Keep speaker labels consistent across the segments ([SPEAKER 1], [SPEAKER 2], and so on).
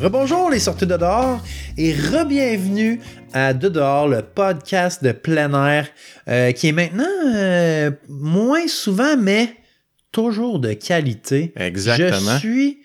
[SPEAKER 1] Rebonjour les sorties de dehors et re-bienvenue à De dehors, le podcast de plein air euh, qui est maintenant euh, moins souvent mais toujours de qualité.
[SPEAKER 2] Exactement.
[SPEAKER 1] Je suis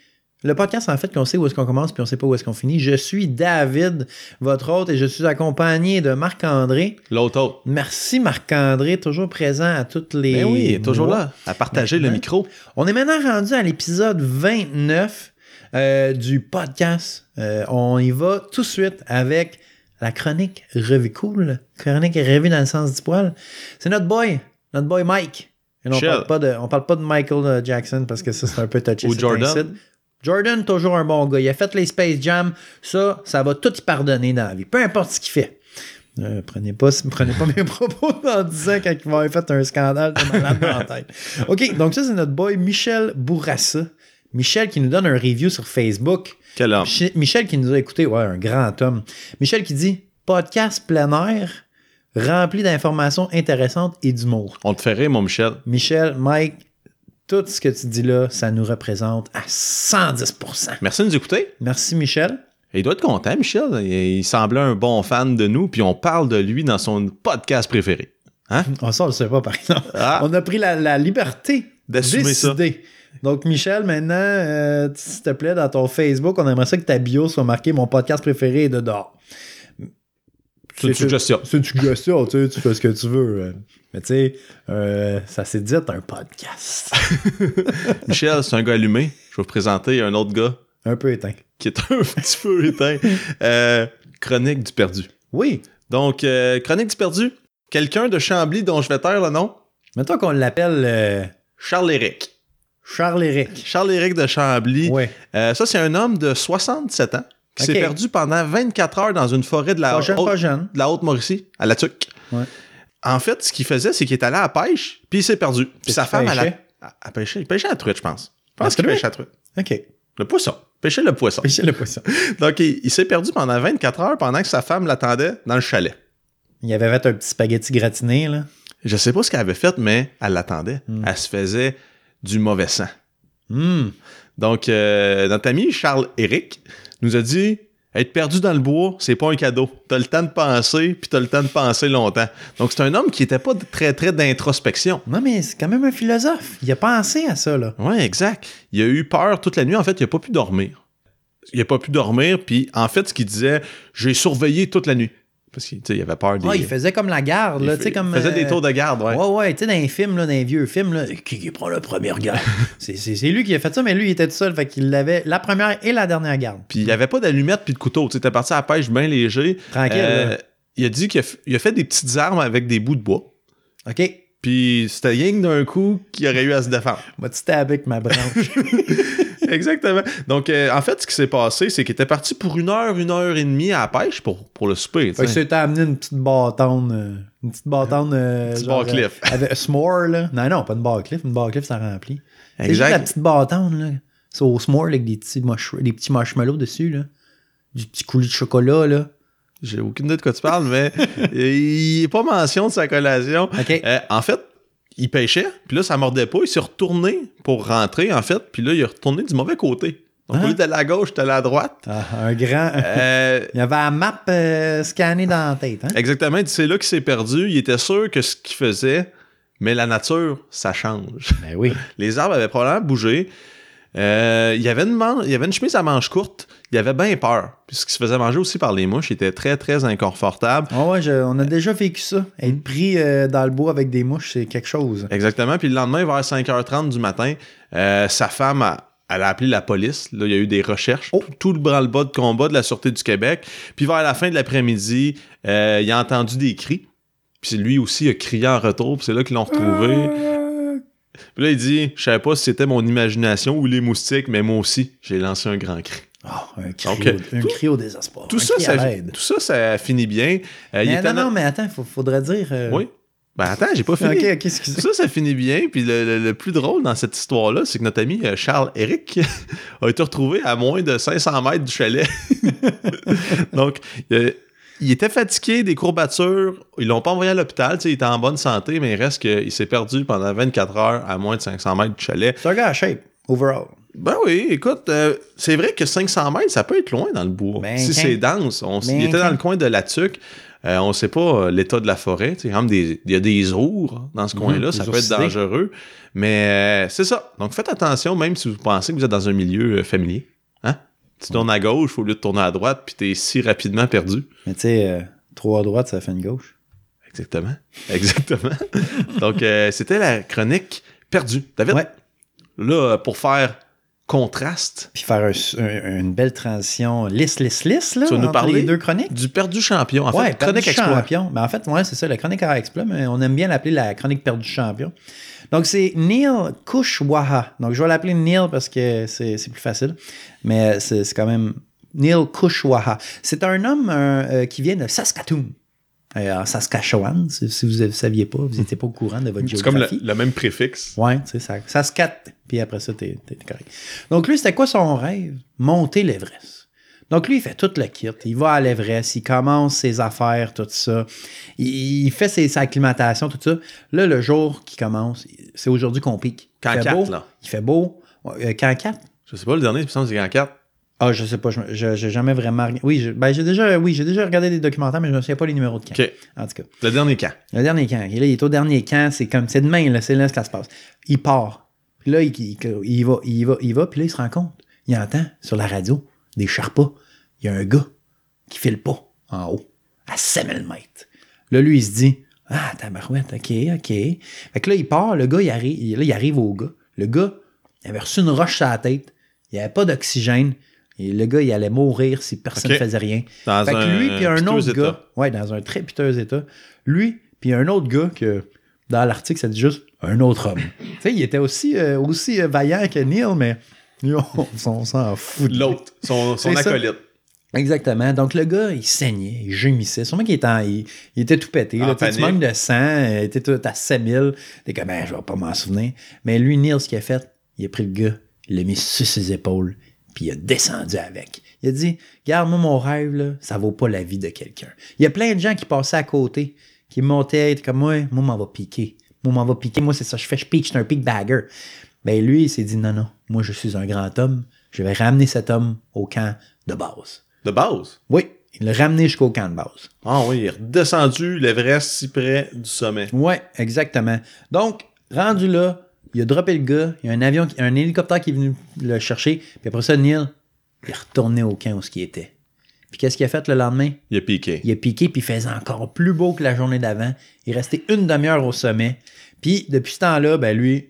[SPEAKER 1] le podcast en fait qu'on sait où est-ce qu'on commence puis on sait pas où est-ce qu'on finit. Je suis David, votre hôte et je suis accompagné de Marc-André.
[SPEAKER 2] L'autre autre.
[SPEAKER 1] Merci Marc-André, toujours présent à toutes les
[SPEAKER 2] Ben oui, il est toujours
[SPEAKER 1] mois.
[SPEAKER 2] là, à partager le
[SPEAKER 1] Maintenant.
[SPEAKER 2] micro.
[SPEAKER 1] On est maintenant rendu à l'épisode 29 euh, du podcast. Euh, on y va tout de suite avec la chronique Revue Cool. Chronique Revue dans le sens du poil. C'est notre boy, notre boy Mike. Et on
[SPEAKER 2] Chill.
[SPEAKER 1] parle pas de, on parle pas de Michael euh, Jackson parce que ça c'est un peu touché.
[SPEAKER 2] Ou
[SPEAKER 1] c'est
[SPEAKER 2] Jordan.
[SPEAKER 1] un site. Jordan, toujours un bon gars. Il a fait les Space Jam. Ça, ça va tout y pardonner dans la vie. Peu importe ce qu'il fait. Euh, prenez pas, prenez pas mes propos en disant quand il va avoir fait un scandale de malade dans la tête. OK, donc ça, c'est notre boy Michel Bourassa. Michel qui nous donne un review sur Facebook.
[SPEAKER 2] Quel homme.
[SPEAKER 1] Mich- Michel qui nous a écouté, ouais, un grand homme. Michel qui dit podcast plein air rempli d'informations intéressantes et d'humour.
[SPEAKER 2] On te fait rire, mon Michel.
[SPEAKER 1] Michel, Mike, tout ce que tu dis là, ça nous représente à 110%.
[SPEAKER 2] Merci de nous écouter.
[SPEAKER 1] Merci Michel.
[SPEAKER 2] Il doit être content, Michel. Il, il semblait un bon fan de nous, puis on parle de lui dans son podcast préféré.
[SPEAKER 1] On ça, on le sait pas, par exemple.
[SPEAKER 2] Ah.
[SPEAKER 1] On a pris la, la liberté
[SPEAKER 2] D'assumer
[SPEAKER 1] décider. Donc, Michel, maintenant, euh, s'il te plaît, dans ton Facebook, on aimerait ça que ta bio soit marquée mon podcast préféré est de dehors.
[SPEAKER 2] C'est une
[SPEAKER 1] C'est-
[SPEAKER 2] suggestion.
[SPEAKER 1] C'est une suggestion, tu sais, tu fais ce que tu veux. euh. Mais tu sais, euh, ça s'est dit un podcast.
[SPEAKER 2] Michel, c'est un gars allumé. Je vais vous présenter un autre gars
[SPEAKER 1] un peu éteint.
[SPEAKER 2] qui est un petit peu éteint. Euh, chronique du perdu.
[SPEAKER 1] Oui.
[SPEAKER 2] Donc, euh, Chronique du perdu. Quelqu'un de Chambly dont je vais taire le nom,
[SPEAKER 1] Mettons qu'on l'appelle euh,
[SPEAKER 2] Charles-Éric.
[SPEAKER 1] Charles-Éric.
[SPEAKER 2] Charles-Éric de Chambly.
[SPEAKER 1] Ouais.
[SPEAKER 2] Euh, ça, c'est un homme de 67 ans qui
[SPEAKER 1] Ok.
[SPEAKER 2] s'est perdu pendant 24 heures dans une forêt de la,
[SPEAKER 1] Pas jeune, pas
[SPEAKER 2] haute,
[SPEAKER 1] jeune.
[SPEAKER 2] de la Haute-Mauricie, à la Tuque.
[SPEAKER 1] Ouais.
[SPEAKER 2] En fait, ce qu'il faisait, c'est qu'il est allé à la pêche, puis il s'est perdu. Puis
[SPEAKER 1] Qu'est-ce
[SPEAKER 2] sa
[SPEAKER 1] qu'il
[SPEAKER 2] femme, elle a-
[SPEAKER 1] pêchait?
[SPEAKER 2] elle a pêché. Il pêchait à la truite, je pense. Je
[SPEAKER 1] La
[SPEAKER 2] pense qu'il
[SPEAKER 1] truite?
[SPEAKER 2] pêchait à la truite.
[SPEAKER 1] OK.
[SPEAKER 2] Le poisson. Pêchait le poisson.
[SPEAKER 1] Michel le poisson.
[SPEAKER 2] Donc, il, il s'est perdu pendant 24 heures pendant que sa femme l'attendait dans le chalet.
[SPEAKER 1] Il avait fait un petit spaghetti gratiné, là.
[SPEAKER 2] Je sais pas ce qu'elle avait fait, mais elle l'attendait.
[SPEAKER 1] Hmm.
[SPEAKER 2] Elle se faisait du mauvais sang. Hmm.
[SPEAKER 1] Hum.
[SPEAKER 2] Donc, euh, notre ami Charles Eric nous a dit être perdu dans le bois, c'est pas un cadeau. T'as le temps de penser, puis t'as le temps de penser longtemps. Donc, c'est un homme qui était pas de- très, très d'introspection.
[SPEAKER 1] Non, mais c'est quand même un philosophe. Il a pensé à ça, là.
[SPEAKER 2] Ouais, exact. Il a eu peur toute la nuit. En fait, il a pas pu dormir. Il a pas pu dormir, puis en fait, ce qu'il disait, j'ai surveillé toute la nuit. Parce qu'il tu sais, il avait peur des.
[SPEAKER 1] Ah, il faisait comme la garde,
[SPEAKER 2] il
[SPEAKER 1] là.
[SPEAKER 2] fait-
[SPEAKER 1] Tu sais, comme.
[SPEAKER 2] il faisait des
[SPEAKER 1] euh,
[SPEAKER 2] tours de garde, ouais.
[SPEAKER 1] Ouais, ouais, tu sais, dans les films, là, dans les vieux films, là, qui, qui prend le premier garde? c'est, c'est- c'est lui qui a fait ça, mais lui, il était tout seul, fait qu'il l'avait la première et la dernière garde.
[SPEAKER 2] Puis euh, il n'y avait pas d'allumettes puis de couteau. Tu sais, t'es parti à la pêche bien léger.
[SPEAKER 1] Tranquille,
[SPEAKER 2] Euh,
[SPEAKER 1] là.
[SPEAKER 2] il a dit qu'il a f- il a fait des petites armes avec des bouts de bois.
[SPEAKER 1] OK,
[SPEAKER 2] Puis c'était Ying d'un coup qui aurait eu à se défendre.
[SPEAKER 1] moi, tu t'es avec ma branche.
[SPEAKER 2] Exactement. Donc, euh, en fait, ce qui s'est passé, c'est qu'il était parti pour une heure, une heure et demie à la pêche pour, pour le souper.
[SPEAKER 1] fait
[SPEAKER 2] tu
[SPEAKER 1] que
[SPEAKER 2] sais.
[SPEAKER 1] c'était amené une petite bâtonne. euh, une petite bâtonne. euh,
[SPEAKER 2] Un petit
[SPEAKER 1] genre,
[SPEAKER 2] barcliff.
[SPEAKER 1] euh, avec un s'more, là. Non, non, pas une barcliff. Une barcliff, ça remplit. C'est juste la
[SPEAKER 2] Exact.
[SPEAKER 1] petite bâtonne, là. C'est au s'more, là, avec des petits, mush- des petits marshmallows dessus, là. Du petit coulis de chocolat, là.
[SPEAKER 2] J'ai aucune idée de quoi tu parles, mais il n'est pas mention de sa collation.
[SPEAKER 1] OK.
[SPEAKER 2] Euh, en fait, il pêchait, puis là, ça mordait pas. Il s'est retourné pour rentrer, en fait. Puis là, il est retourné du mauvais côté. Donc,
[SPEAKER 1] Hein?
[SPEAKER 2] au lieu d'aller à gauche, t'es allé à droite.
[SPEAKER 1] Ah, un grand.
[SPEAKER 2] Euh,
[SPEAKER 1] Il y avait la map euh, scannée dans la tête, hein?
[SPEAKER 2] Exactement, c'est là qu'il s'est perdu. Il était sûr que ce qu'il faisait, mais la nature, ça change.
[SPEAKER 1] Ben oui.
[SPEAKER 2] Les arbres avaient probablement bougé. Euh, il, y avait une man- il y avait une chemise à manches courtes. Il avait bien peur. Puis ce qui se faisait manger aussi par les mouches, il était très, très inconfortable.
[SPEAKER 1] Ah ouais, je- on a déjà vécu
[SPEAKER 2] Mm.
[SPEAKER 1] ça. Être pris euh, dans le bois avec des mouches, c'est quelque chose.
[SPEAKER 2] Exactement. Puis le lendemain, vers 5h30 du matin, euh, sa femme a. Elle a appelé la police. Là, il y a eu des recherches. Tout, tout le branle-bas de combat de la Sûreté du Québec. Puis vers la fin de l'après-midi, euh, il a entendu des cris. Puis lui aussi a crié en retour. Puis c'est là qu'ils l'ont retrouvé.
[SPEAKER 1] Ah!
[SPEAKER 2] Puis là, il dit Je savais pas si c'était mon imagination ou les moustiques, mais moi aussi, j'ai lancé un grand cri.
[SPEAKER 1] Ah, un, cri
[SPEAKER 2] Donc, euh,
[SPEAKER 1] au, un cri au désespoir.
[SPEAKER 2] Tout,
[SPEAKER 1] un
[SPEAKER 2] ça,
[SPEAKER 1] cri à
[SPEAKER 2] ça,
[SPEAKER 1] l'aide.
[SPEAKER 2] tout ça, ça finit bien. Euh, il
[SPEAKER 1] Mais
[SPEAKER 2] était
[SPEAKER 1] non,
[SPEAKER 2] en-
[SPEAKER 1] non, mais attends, il faudrait dire. euh,
[SPEAKER 2] Oui. Ben attends, j'ai pas
[SPEAKER 1] Ok,
[SPEAKER 2] fini.
[SPEAKER 1] ok, excusez.
[SPEAKER 2] Tout ça, ça finit bien. Puis le, le- le plus drôle dans cette histoire-là, c'est que notre ami euh, Charles Eric a été retrouvé à moins de 500 mètres du chalet. Donc, euh, il était fatigué des courbatures. Ils l'ont pas envoyé à l'hôpital. tu sais, Il était en bonne santé, mais il reste qu'il s'est perdu pendant 24 heures à moins de 500 mètres du chalet.
[SPEAKER 1] C'est un gars à shape, overall.
[SPEAKER 2] Ben oui, écoute, euh, c'est vrai que 500 mètres, ça peut être loin dans le bois.
[SPEAKER 1] Ben,
[SPEAKER 2] si
[SPEAKER 1] quand-
[SPEAKER 2] c'est dense, on s- il
[SPEAKER 1] Ben,
[SPEAKER 2] était dans
[SPEAKER 1] quand-
[SPEAKER 2] le coin de la tuque. euh, on sait pas euh, l'état de la forêt. tu sais, quand même des- Il y a des ours dans ce coin-là,
[SPEAKER 1] Mhm, des
[SPEAKER 2] ça peut être
[SPEAKER 1] oursidés.
[SPEAKER 2] dangereux. Mais euh, c'est ça. Donc faites attention, même si vous pensez que vous êtes dans un milieu euh, familier. Hein? Tu tournes à gauche au lieu de tourner à droite, puis t'es si rapidement perdu.
[SPEAKER 1] Mais tu sais, euh, trois à droite, ça fait une gauche.
[SPEAKER 2] Exactement. Exactement. Donc euh, c'était la chronique perdue. David,
[SPEAKER 1] Ouais.
[SPEAKER 2] là, euh, pour faire contraste
[SPEAKER 1] Puis faire un- un- une belle transition lisse, lisse, lisse, là,
[SPEAKER 2] Tu vas nous
[SPEAKER 1] entre
[SPEAKER 2] parler
[SPEAKER 1] les deux chroniques.
[SPEAKER 2] du perdu champion,
[SPEAKER 1] ouais,
[SPEAKER 2] en
[SPEAKER 1] chronique
[SPEAKER 2] fait, chronique exploit.
[SPEAKER 1] champion. Ben, en fait, ouais, c'est ça, la chronique à exploit, mais on aime bien l'appeler la chronique perdue champion. Donc, c'est Neil Kushwaha. Donc, je vais l'appeler Neil parce que c'est c'est plus facile, mais c'est c'est quand même Neil Kushwaha. C'est un homme un, euh, qui vient de Saskatoon. euh, en Saskatchewan, si, si vous ne saviez pas, vous n'étiez pas au courant de votre
[SPEAKER 2] Hmm. C'est comme le,
[SPEAKER 1] géographie.
[SPEAKER 2] le même préfixe.
[SPEAKER 1] Ouais, tu sais, ça, ça se catte, puis après ça, t'es t'es correct. Donc lui, c'était quoi son rêve? Monter l'Everest. Donc lui, il fait tout le kit. Il va à l'Everest, il commence ses affaires, tout ça. Il, il fait ses, sa acclimatation, tout ça. Là, le jour qui commence, c'est aujourd'hui qu'on pique. Il
[SPEAKER 2] Quand
[SPEAKER 1] fait
[SPEAKER 2] quatre,
[SPEAKER 1] beau,
[SPEAKER 2] là.
[SPEAKER 1] Il fait beau. Ouais, euh, Quand 4?
[SPEAKER 2] Je sais pas, le dernier, il me semble que c'est en 4.
[SPEAKER 1] Ah, je sais pas, je me- je- j'ai jamais vraiment... regardé. Oui, je- ben, j'ai déjà, oui, j'ai déjà regardé des documentaires, mais je ne me souviens pas les numéros de camp.
[SPEAKER 2] OK.
[SPEAKER 1] En tout cas.
[SPEAKER 2] Le dernier camp.
[SPEAKER 1] Le dernier camp. Et là, il est au dernier camp. C'est comme, c'est demain, là, c'est là que ça se passe. Il part. Puis là, il, il- il y va, il y va, il y va. Puis là, il se rend compte. Il entend sur la radio des charpas. Il y a un gars qui file pas en haut, à 7000 mètres. Là, lui, il se dit Ah, tabarouette, OK, OK. Fait que là, il part. Le gars, il arrive, il- là, il arrive au gars. Le gars, il avait reçu une roche sur la tête. Il n'y avait pas d'oxygène. Et le gars, il allait mourir si personne ne
[SPEAKER 2] OK.
[SPEAKER 1] faisait rien
[SPEAKER 2] Dans
[SPEAKER 1] fait que
[SPEAKER 2] un,
[SPEAKER 1] lui, puis un
[SPEAKER 2] piteux
[SPEAKER 1] autre
[SPEAKER 2] état.
[SPEAKER 1] gars, ouais, dans un très piteux état, lui, puis un autre gars que dans l'article, ça dit juste un autre homme. tu sais, il était aussi, euh, aussi euh, vaillant que Neil, mais lui, on, on s'en fout. de lui.
[SPEAKER 2] L'autre, son, son
[SPEAKER 1] C'est ça.
[SPEAKER 2] acolyte.
[SPEAKER 1] Exactement. Donc, le gars, il saignait, il gémissait. Sûrement qu'il était, en- il, il était tout pété.
[SPEAKER 2] En
[SPEAKER 1] Là, tu sais, tu
[SPEAKER 2] panique.
[SPEAKER 1] manques de sang, euh, il était tout à 7000. T'es comme, ben, je vais pas m'en souvenir. Mais lui, Neil, ce qu'il a fait, il a pris le gars, il l'a mis sur ses épaules, puis il a descendu avec. Il a dit, garde-moi mon rêve, là, ça vaut pas la vie de quelqu'un. Il y a plein de gens qui passaient à côté, qui montaient, étaient comme, moi, moi, m'en va piquer. Moi, m'en va piquer. Moi, c'est ça, que je fais, je pique, je suis un pick bagger. Ben, lui, il s'est dit, non, non, moi, je suis un grand homme, je vais ramener cet homme au camp de base.
[SPEAKER 2] De base.
[SPEAKER 1] Oui, il l'a ramené jusqu'au camp de base.
[SPEAKER 2] Ah oui, il est redescendu l'Everest si près du sommet.
[SPEAKER 1] Oui, exactement. Donc, rendu là, il a droppé le gars, il y a un avion, qui- un hélicoptère qui est venu le chercher, puis après ça, Neil, il est retourné au camp où ce qu'il était. Puis qu'est-ce qu'il a fait le lendemain?
[SPEAKER 2] Il a piqué.
[SPEAKER 1] Il a piqué, puis il faisait encore plus beau que la journée d'avant. Il restait une demi-heure au sommet. Puis depuis ce temps-là, ben lui,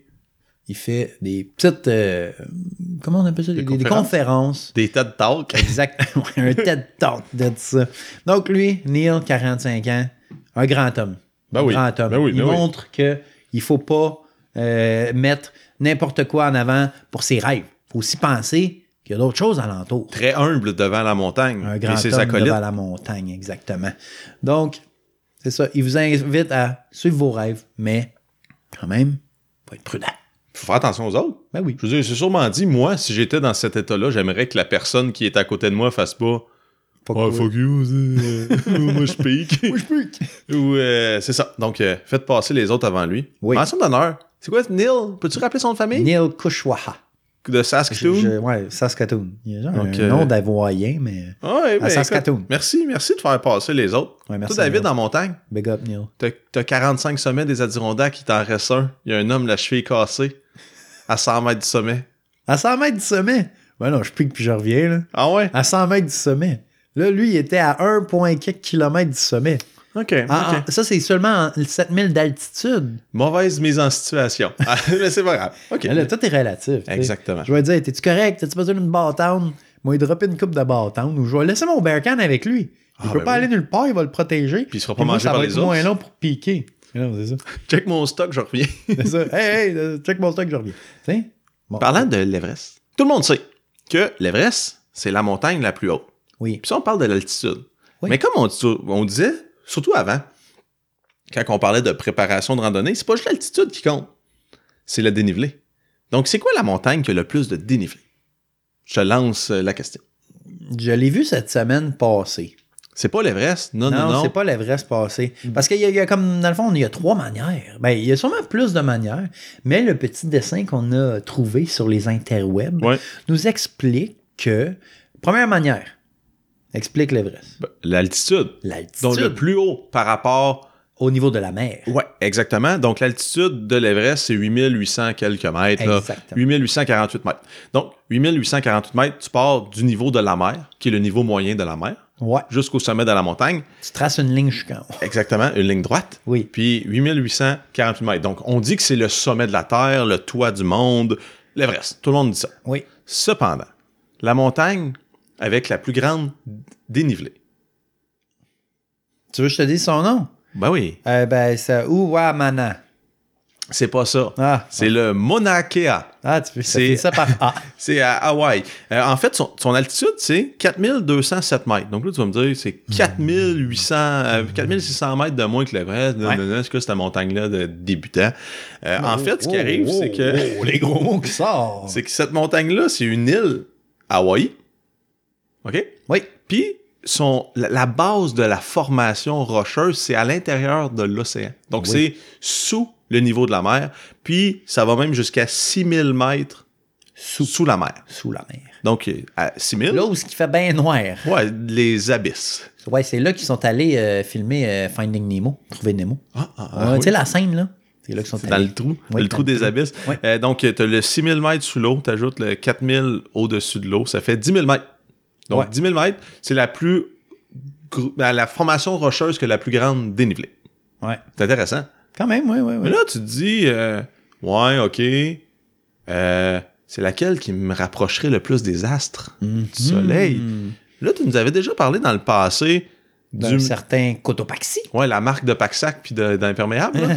[SPEAKER 1] il fait des petites... euh, comment on appelle ça?
[SPEAKER 2] Des
[SPEAKER 1] Des- des
[SPEAKER 2] conférences.
[SPEAKER 1] conférences
[SPEAKER 2] Des tas de talk.
[SPEAKER 1] Exact. Ouais, un TED Talk de ça. Donc, lui, Neil, 45 ans, un grand homme.
[SPEAKER 2] Ben
[SPEAKER 1] Un
[SPEAKER 2] oui.
[SPEAKER 1] grand homme.
[SPEAKER 2] Ben oui,
[SPEAKER 1] il
[SPEAKER 2] ben oui.
[SPEAKER 1] montre que il faut pas euh, mettre n'importe quoi en avant pour ses rêves. faut aussi penser qu'il y a d'autres choses alentour.
[SPEAKER 2] Très humble devant la montagne.
[SPEAKER 1] Un
[SPEAKER 2] et
[SPEAKER 1] grand
[SPEAKER 2] ses
[SPEAKER 1] homme
[SPEAKER 2] acolytes.
[SPEAKER 1] devant la montagne, exactement. Donc, c'est ça. Il vous invite à suivre vos rêves, mais quand même, faut être prudent.
[SPEAKER 2] Faut faire attention aux autres.
[SPEAKER 1] Ben oui.
[SPEAKER 2] Je veux dire, c'est sûrement dit, moi, si j'étais dans cet état-là, j'aimerais que la personne qui est à côté de moi fasse pas.
[SPEAKER 1] Fuck
[SPEAKER 2] Ouais,
[SPEAKER 1] you.
[SPEAKER 2] fuck you. c'est- moi, je pique.
[SPEAKER 1] Oui, je pique.
[SPEAKER 2] Ou euh, c'est ça. Donc, euh, faites passer les autres avant lui.
[SPEAKER 1] Oui.
[SPEAKER 2] Mention d'honneur. C'est quoi, Neil? Peux-tu rappeler son nom de famille?
[SPEAKER 1] Neil Kushwaha.
[SPEAKER 2] De Saskatoon?
[SPEAKER 1] Je- je- ouais, Saskatoon. Il y a genre
[SPEAKER 2] Donc,
[SPEAKER 1] un
[SPEAKER 2] euh,
[SPEAKER 1] nom d'avoyen, mais
[SPEAKER 2] Ouais, ben,
[SPEAKER 1] Saskatoon.
[SPEAKER 2] écoute, merci, merci de faire passer les autres.
[SPEAKER 1] Ouais, merci,
[SPEAKER 2] Toi, David,
[SPEAKER 1] Neil.
[SPEAKER 2] en montagne,
[SPEAKER 1] big up, Neil.
[SPEAKER 2] t'as t'as 45 sommets des Adirondacks, il t'en reste un. Il y a un homme, la cheville cassée, à 100 mètres du sommet.
[SPEAKER 1] À 100 mètres du sommet. Ben non, je pique puis je reviens, là.
[SPEAKER 2] Ah ouais?
[SPEAKER 1] À 100 mètres du sommet. Là, lui, il était à 1,4 km du sommet.
[SPEAKER 2] OK.
[SPEAKER 1] Ah,
[SPEAKER 2] ok.
[SPEAKER 1] ah, ça, c'est seulement en 7000 d'altitude.
[SPEAKER 2] Mauvaise mise en situation. Ah, Mais c'est pas grave. OK.
[SPEAKER 1] Mais Là, tout est relatif. tu sais.
[SPEAKER 2] Exactement.
[SPEAKER 1] Je vais dire, t'es-tu correct? T'as-tu besoin d'une bartown? Moi, il dropper une coupe de bartown ou je vais laisser mon bearcan avec lui. Il
[SPEAKER 2] Ah,
[SPEAKER 1] peut
[SPEAKER 2] ben
[SPEAKER 1] pas
[SPEAKER 2] oui.
[SPEAKER 1] aller nulle part, il va le protéger.
[SPEAKER 2] Puis il sera pas
[SPEAKER 1] Puis moi,
[SPEAKER 2] mangé
[SPEAKER 1] ça
[SPEAKER 2] par
[SPEAKER 1] va
[SPEAKER 2] les
[SPEAKER 1] être moins
[SPEAKER 2] ours.
[SPEAKER 1] long pour piquer. Non, c'est ça.
[SPEAKER 2] Check mon stock, je reviens.
[SPEAKER 1] C'est ça. hey, hey, euh, check mon stock, je reviens. Tu sais? Bon.
[SPEAKER 2] Parlant de l'Everest, tout le monde sait que l'Everest, c'est la montagne la plus haute.
[SPEAKER 1] Oui.
[SPEAKER 2] Puis ça, on parle de l'altitude.
[SPEAKER 1] Oui.
[SPEAKER 2] Mais comme on, dit- on disait, surtout avant, quand on parlait de préparation de randonnée, c'est pas juste l'altitude qui compte, c'est le dénivelé. Donc, c'est quoi la montagne qui a le plus de dénivelé? Je te lance euh, la question.
[SPEAKER 1] Je l'ai vu cette semaine passée.
[SPEAKER 2] C'est pas l'Everest. Non, non,
[SPEAKER 1] Non,
[SPEAKER 2] non. Mm.
[SPEAKER 1] c'est pas l'Everest passé. Parce qu'il y, a- il y a comme, dans le fond, il y a trois manières. Ben, il y a sûrement plus de manières, mais le petit dessin qu'on a trouvé sur les interwebs
[SPEAKER 2] Ouais.
[SPEAKER 1] nous explique que, première manière, explique l'Everest.
[SPEAKER 2] Ben, L'altitude. Donc, le
[SPEAKER 1] L'altitude
[SPEAKER 2] plus haut par rapport.
[SPEAKER 1] au niveau de la mer.
[SPEAKER 2] Ouais, exactement. Donc, l'altitude de l'Everest, c'est 8800 quelques mètres. là.
[SPEAKER 1] Exactement.
[SPEAKER 2] 8848 mètres. Donc, 8848 mètres, tu pars du niveau de la mer, qui est le niveau moyen de la mer,
[SPEAKER 1] Ouais.
[SPEAKER 2] jusqu'au sommet de la montagne.
[SPEAKER 1] Tu traces une ligne jusqu'en haut.
[SPEAKER 2] Exactement, une ligne droite.
[SPEAKER 1] Oui.
[SPEAKER 2] Puis 8848 mètres. Donc, on dit que c'est le sommet de la Terre, le toit du monde, l'Everest. Tout le monde dit ça.
[SPEAKER 1] Oui.
[SPEAKER 2] Cependant, la montagne avec la plus grande dénivelée.
[SPEAKER 1] Tu veux que je te dise son nom?
[SPEAKER 2] Ben oui,
[SPEAKER 1] Euh, ben, c'est Ouamana.
[SPEAKER 2] c'est pas ça.
[SPEAKER 1] Ah,
[SPEAKER 2] C'est le Mauna Kea.
[SPEAKER 1] ah tu peux ça
[SPEAKER 2] C'est-
[SPEAKER 1] finit ça par A.
[SPEAKER 2] C'est à Hawaï. Euh, en fait, son, son altitude, c'est 4207 mètres. Donc là, tu vas me dire, c'est 4800, euh, 4600 mètres de moins que l'Everest. Non,
[SPEAKER 1] Ouais.
[SPEAKER 2] non, non, C'est quoi cette montagne-là de débutant? Euh, en fait, ce qui
[SPEAKER 1] Oh,
[SPEAKER 2] arrive,
[SPEAKER 1] oh,
[SPEAKER 2] c'est que,
[SPEAKER 1] oh, les gros mots qui sortent.
[SPEAKER 2] c'est que cette montagne-là, c'est une île, Hawaï. OK?
[SPEAKER 1] Oui.
[SPEAKER 2] Puis, son, la, la base de la formation rocheuse, c'est à l'intérieur de l'océan. Donc,
[SPEAKER 1] Oui.
[SPEAKER 2] c'est sous le niveau de la mer. Puis, ça va même jusqu'à 6000 mètres
[SPEAKER 1] Sous.
[SPEAKER 2] sous la mer.
[SPEAKER 1] Sous la mer.
[SPEAKER 2] Donc, euh, à 6000.
[SPEAKER 1] Là où ce qui fait bien noir.
[SPEAKER 2] Ouais, les abysses.
[SPEAKER 1] Ouais, c'est là qu'ils sont allés euh, filmer euh, Finding Nemo, Trouver Nemo.
[SPEAKER 2] Ah, ah,
[SPEAKER 1] Ouais,
[SPEAKER 2] ah, oui.
[SPEAKER 1] Tu sais, la scène, là. C'est là qu'ils sont
[SPEAKER 2] C'est dans
[SPEAKER 1] allés.
[SPEAKER 2] le trou,
[SPEAKER 1] Oui, dans
[SPEAKER 2] le trou
[SPEAKER 1] le
[SPEAKER 2] des
[SPEAKER 1] trou.
[SPEAKER 2] abysses.
[SPEAKER 1] Oui.
[SPEAKER 2] Euh, donc, tu as le 6000 mètres sous l'eau, tu ajoutes le 4000 au-dessus de l'eau, ça fait 10 000 mètres. Donc,
[SPEAKER 1] Ouais.
[SPEAKER 2] 10 000 mètres, c'est la plus. gro- ben, la formation rocheuse que la plus grande dénivelée.
[SPEAKER 1] Ouais.
[SPEAKER 2] C'est intéressant.
[SPEAKER 1] Quand même, ouais, ouais,
[SPEAKER 2] Mais
[SPEAKER 1] ouais.
[SPEAKER 2] là, tu te dis, euh, ouais, ok, euh, c'est laquelle qui me rapprocherait le plus des astres
[SPEAKER 1] Mhm.
[SPEAKER 2] du soleil? Là, tu nous avais déjà parlé dans le passé
[SPEAKER 1] D'un
[SPEAKER 2] du,
[SPEAKER 1] certain Cotopaxi.
[SPEAKER 2] Ouais, la marque de Paxac puis de- d'imperméable. là.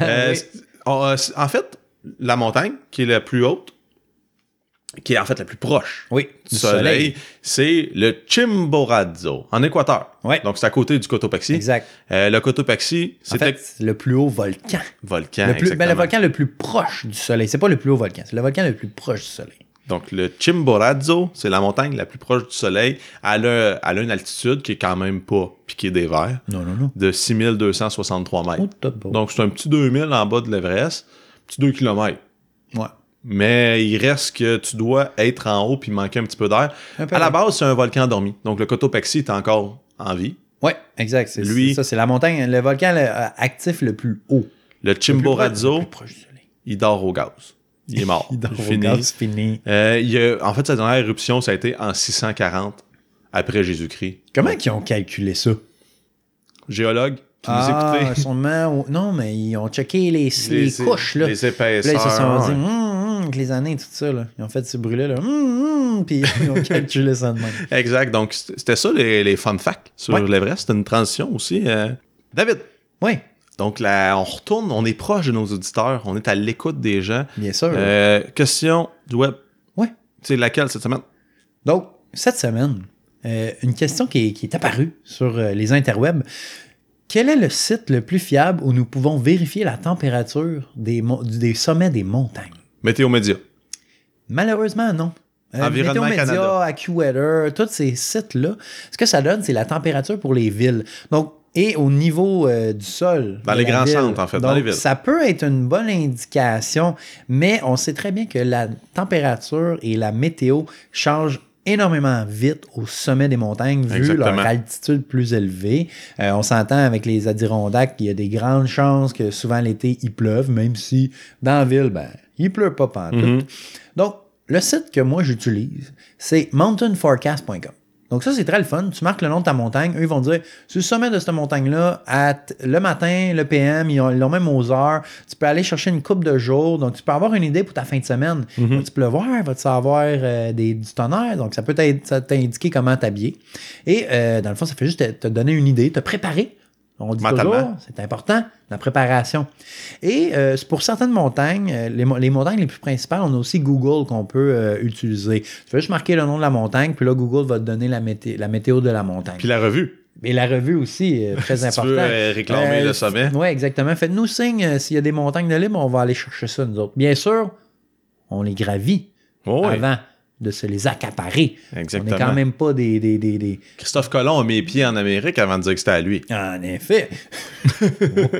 [SPEAKER 2] Euh,
[SPEAKER 1] Oui.
[SPEAKER 2] c'est- on, euh, c'est- en fait, la montagne qui est la plus haute, qui est en fait la plus proche
[SPEAKER 1] Oui,
[SPEAKER 2] du soleil, c'est le Chimborazo en Équateur.
[SPEAKER 1] Ouais.
[SPEAKER 2] Donc c'est à côté du Cotopaxi.
[SPEAKER 1] Exact.
[SPEAKER 2] Euh, le Cotopaxi,
[SPEAKER 1] En
[SPEAKER 2] c'est
[SPEAKER 1] fait, c'est le plus haut volcan.
[SPEAKER 2] un volcan.
[SPEAKER 1] Le, plus, ben,
[SPEAKER 2] Ah, exactement.
[SPEAKER 1] le volcan le plus proche du soleil. C'est pas le plus haut volcan, c'est le volcan le plus proche du soleil.
[SPEAKER 2] Donc le Chimborazo, c'est la montagne la plus proche du soleil. Elle a, elle a une altitude qui est quand même pas piquée des verres
[SPEAKER 1] Non, non, non.
[SPEAKER 2] de 6263 mètres.
[SPEAKER 1] Oh, top, bon.
[SPEAKER 2] Donc, c'est un petit 2000 en bas de l'Everest, petit 2 km.
[SPEAKER 1] Ouais.
[SPEAKER 2] Mais il reste que tu dois être en haut puis manquer un petit peu d'air.
[SPEAKER 1] Un peu
[SPEAKER 2] À la
[SPEAKER 1] ouais.
[SPEAKER 2] base, c'est un volcan endormi. Donc, le Cotopaxi est encore en vie.
[SPEAKER 1] Ouais, exact. C'est
[SPEAKER 2] Lui-
[SPEAKER 1] c'est ça, c'est la montagne, le volcan le- euh, actif le plus haut.
[SPEAKER 2] Le
[SPEAKER 1] Le plus proche-
[SPEAKER 2] Chimborazo,
[SPEAKER 1] le plus proche du soleil.
[SPEAKER 2] il dort au gaz. Il est mort.
[SPEAKER 1] Il dort au
[SPEAKER 2] Fini.
[SPEAKER 1] gaz, fini.
[SPEAKER 2] Euh, il y a- en fait, sa dernière éruption, ça a été en 640 après Jésus-Christ.
[SPEAKER 1] Comment qu'ils ont calculé ça?
[SPEAKER 2] Géologue, qui nous
[SPEAKER 1] Ah,
[SPEAKER 2] écoutez,
[SPEAKER 1] sûrement, ou- non, mais ils ont checké les, les, couches, là.
[SPEAKER 2] les
[SPEAKER 1] Puis là,
[SPEAKER 2] épaisseurs.
[SPEAKER 1] ils se sont dit,
[SPEAKER 2] ouais.
[SPEAKER 1] Hum, hum, que les années, tout ça, là. Ils ont fait ce brûler, là. Hum, hum, puis ils ont calculé ça de même.
[SPEAKER 2] Exact. Donc, c- c'était ça les, les fun facts sur
[SPEAKER 1] Ouais.
[SPEAKER 2] l'Everest. C'était une transition aussi. euh. David,
[SPEAKER 1] Oui,
[SPEAKER 2] donc là, on retourne, on est proche de nos auditeurs, on est à l'écoute des gens.
[SPEAKER 1] bien sûr.
[SPEAKER 2] Euh, question du web.
[SPEAKER 1] Ouais.
[SPEAKER 2] C'est laquelle cette semaine?
[SPEAKER 1] Donc, cette semaine, euh, une question qui est, qui est apparue sur euh, les interwebs. Quel est le site le plus fiable où nous pouvons vérifier la température des, mon- des sommets des montagnes?
[SPEAKER 2] Météo Média.
[SPEAKER 1] Malheureusement, non. Euh,
[SPEAKER 2] Environnement
[SPEAKER 1] Météo
[SPEAKER 2] Canada.
[SPEAKER 1] Média, AccuWeather, tous ces sites-là, ce que ça donne, c'est la température pour les villes. Donc, et au niveau euh, du sol.
[SPEAKER 2] Dans
[SPEAKER 1] de
[SPEAKER 2] les
[SPEAKER 1] la
[SPEAKER 2] grands
[SPEAKER 1] ville.
[SPEAKER 2] centres, en fait, dans
[SPEAKER 1] Donc,
[SPEAKER 2] les villes.
[SPEAKER 1] Ça peut être une bonne indication, mais on sait très bien que la température et la météo changent énormément vite au sommet des montagnes vu
[SPEAKER 2] Exactement.
[SPEAKER 1] leur altitude plus élevée. Euh, on s'entend avec les Adirondacks qu'il y a des grandes chances que souvent l'été il pleuve, même si dans la ville, ben, il pleut pas pantoute.
[SPEAKER 2] Mm-hmm.
[SPEAKER 1] Donc, le site que moi j'utilise, c'est mountainforecast.com. Donc ça, c'est très le fun. Tu marques le nom de ta montagne. Eux, ils vont te dire, sur le sommet de cette montagne-là, à t- le matin, le PM, ils ont- ils l'ont même aux heures. Tu peux aller chercher une coupe de jours. Donc, tu peux avoir une idée pour ta fin de semaine. Va-tu pleuvoir? Va-tu avoir euh, des, du tonnerre? Donc, ça peut t'aide- ça t'indiquer comment t'habiller. Et euh, dans le fond, ça fait juste te, te donner une idée, te préparer. On dit
[SPEAKER 2] Mentalement.
[SPEAKER 1] toujours, c'est important, la préparation. Et euh, c'est pour certaines montagnes, euh, les, mo- les montagnes les plus principales, on a aussi Google qu'on peut euh, utiliser. Tu fais juste marquer le nom de la montagne, puis là, Google va te donner la, mété- la météo de la montagne.
[SPEAKER 2] Puis la revue.
[SPEAKER 1] Et la revue aussi, euh, très
[SPEAKER 2] Si tu
[SPEAKER 1] importante.
[SPEAKER 2] veux euh, réclamer le sommet.
[SPEAKER 1] Oui, exactement. Faites-nous signe euh, s'il y a des montagnes de libre, on va aller chercher ça, nous autres. Bien sûr, on les gravit
[SPEAKER 2] Oh, oui.
[SPEAKER 1] avant. de se les accaparer.
[SPEAKER 2] Exactement.
[SPEAKER 1] On n'est quand même pas des- des- des- des,
[SPEAKER 2] Christophe Colomb a mis les pieds en Amérique avant de dire que c'était à lui.
[SPEAKER 1] En effet. Oh,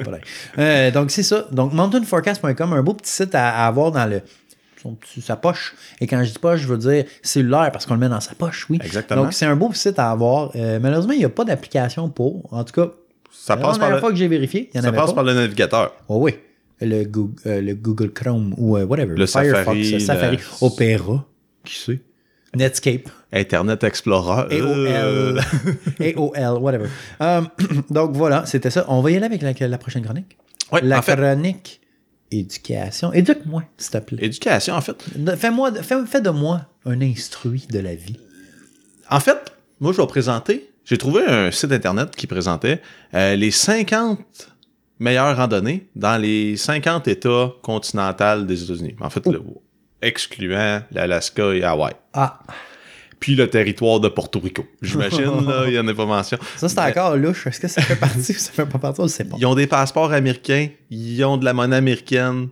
[SPEAKER 1] pareil. Euh, donc, c'est ça. Donc, mountainforecast.com, un beau petit site à, à avoir dans le son petit- sa poche. Et quand je dis poche, je veux dire cellulaire parce qu'on le met dans sa poche, oui.
[SPEAKER 2] Exactement.
[SPEAKER 1] Donc, c'est un beau site à avoir. Euh, malheureusement, il n'y a pas d'application pour. En tout cas,
[SPEAKER 2] Ça
[SPEAKER 1] la
[SPEAKER 2] passe par
[SPEAKER 1] dernière
[SPEAKER 2] le,
[SPEAKER 1] fois que j'ai vérifié, il y en
[SPEAKER 2] ça
[SPEAKER 1] avait
[SPEAKER 2] passe
[SPEAKER 1] pas.
[SPEAKER 2] par le navigateur.
[SPEAKER 1] Oh, oui. Le Google, euh, le Google Chrome ou euh, whatever.
[SPEAKER 2] Le
[SPEAKER 1] Firefox,
[SPEAKER 2] Safari,
[SPEAKER 1] euh,
[SPEAKER 2] le-
[SPEAKER 1] Safari, Opera, qui sait, Netscape.
[SPEAKER 2] Internet Explorer.
[SPEAKER 1] AOL.
[SPEAKER 2] euh,
[SPEAKER 1] AOL, whatever. Euh, donc voilà, c'était ça. On va y aller avec la, la prochaine chronique.
[SPEAKER 2] Ouais,
[SPEAKER 1] la
[SPEAKER 2] en fait,
[SPEAKER 1] chronique éducation. Éduque-moi, s'il te plaît.
[SPEAKER 2] éducation, en fait.
[SPEAKER 1] Ne- Fais-moi, fais, fais de moi un instruit de la vie.
[SPEAKER 2] En fait, moi, je vais présenter. J'ai trouvé un site internet qui présentait euh, les 50 meilleures randonnées dans les 50 États continentaux des États-Unis. En fait, le- excluant l'Alaska et Hawaï.
[SPEAKER 1] Ah,
[SPEAKER 2] Puis le territoire de Porto Rico. J'imagine, là, il n'y en a pas mention.
[SPEAKER 1] ça c'est
[SPEAKER 2] Mais-
[SPEAKER 1] encore louche. Est-ce que ça fait partie ou ça fait pas partie? On le sait pas.
[SPEAKER 2] Ils ont des passeports américains, ils ont de la monnaie américaine,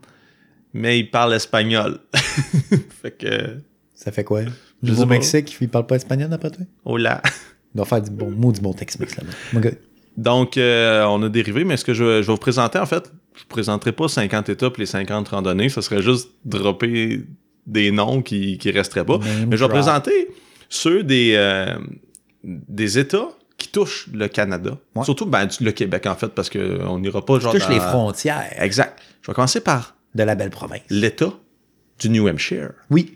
[SPEAKER 2] mais ils parlent espagnol. fait que.
[SPEAKER 1] Ça fait quoi?
[SPEAKER 2] sais pas.
[SPEAKER 1] Nouveau Mexique, ils parlent pas espagnol d'après toi?
[SPEAKER 2] Hola.
[SPEAKER 1] Ils doivent faire du bon mot, du bon Tex-Mex là-bas. Mon gars,
[SPEAKER 2] Donc, euh, on a dérivé, mais ce que je, je vais vous présenter, en fait, je vous présenterai pas 50 étapes, les 50 randonnées, ça serait juste dropper des noms qui, qui resteraient pas.
[SPEAKER 1] Name
[SPEAKER 2] Oh, mais je vais
[SPEAKER 1] drop.
[SPEAKER 2] présenter ceux des, euh, des États qui touchent le Canada.
[SPEAKER 1] Ouais.
[SPEAKER 2] Surtout ben, du- le Québec, en fait, parce qu'on n'ira pas genre.
[SPEAKER 1] touche
[SPEAKER 2] dans-
[SPEAKER 1] les frontières
[SPEAKER 2] Exact. Je vais commencer par
[SPEAKER 1] de la belle province.
[SPEAKER 2] l'État du New Hampshire.
[SPEAKER 1] Oui.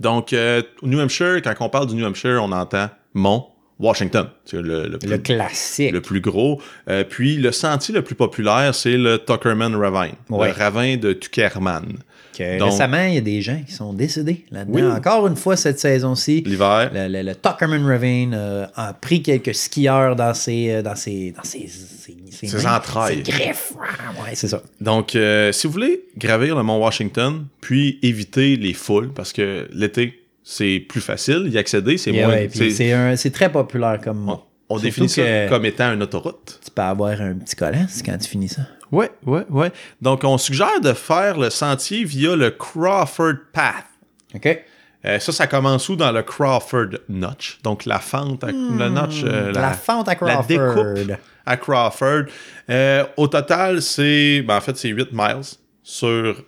[SPEAKER 2] Donc, euh, au New Hampshire, quand on parle du New Hampshire, on entend Mont Washington. C'est le, le plus,
[SPEAKER 1] Le classique.
[SPEAKER 2] le plus gros. Euh, puis, le sentier le plus populaire, c'est le Tuckerman Ravine,
[SPEAKER 1] Ouais.
[SPEAKER 2] le ravin de Tuckerman.
[SPEAKER 1] Que
[SPEAKER 2] Donc-
[SPEAKER 1] récemment, il y a des gens qui sont décédés là-dedans.
[SPEAKER 2] Oui.
[SPEAKER 1] Encore une fois, cette saison-ci,
[SPEAKER 2] L'hiver,
[SPEAKER 1] le, le- le Tuckerman Ravine euh, a pris quelques skieurs dans ses, euh, dans ses, dans ses, ses, ses
[SPEAKER 2] Ses
[SPEAKER 1] mains,
[SPEAKER 2] entrailles.
[SPEAKER 1] ses griffes. Ah, Ouais, c'est ça.
[SPEAKER 2] Donc, euh, si vous voulez gravir le mont Washington, puis éviter les foules, parce que l'été, c'est plus facile y accéder, c'est
[SPEAKER 1] Et
[SPEAKER 2] moins...
[SPEAKER 1] ouais, puis
[SPEAKER 2] c'est-
[SPEAKER 1] c'est un- c'est très populaire comme.
[SPEAKER 2] on, on
[SPEAKER 1] Surtout
[SPEAKER 2] définit ça
[SPEAKER 1] que-
[SPEAKER 2] comme étant une autoroute.
[SPEAKER 1] Tu peux avoir un petit collant c'est quand tu finis ça.
[SPEAKER 2] Ouais, ouais, ouais. Donc, on suggère de faire le sentier via le Crawford Path.
[SPEAKER 1] OK.
[SPEAKER 2] Euh, ça, ça commence où dans le Crawford Notch? Donc, la fente, à, le notch, euh,
[SPEAKER 1] La, fente à
[SPEAKER 2] la
[SPEAKER 1] Crawford.
[SPEAKER 2] découpe à Crawford. Euh, au total, c'est, ben, en fait, c'est 8 miles sur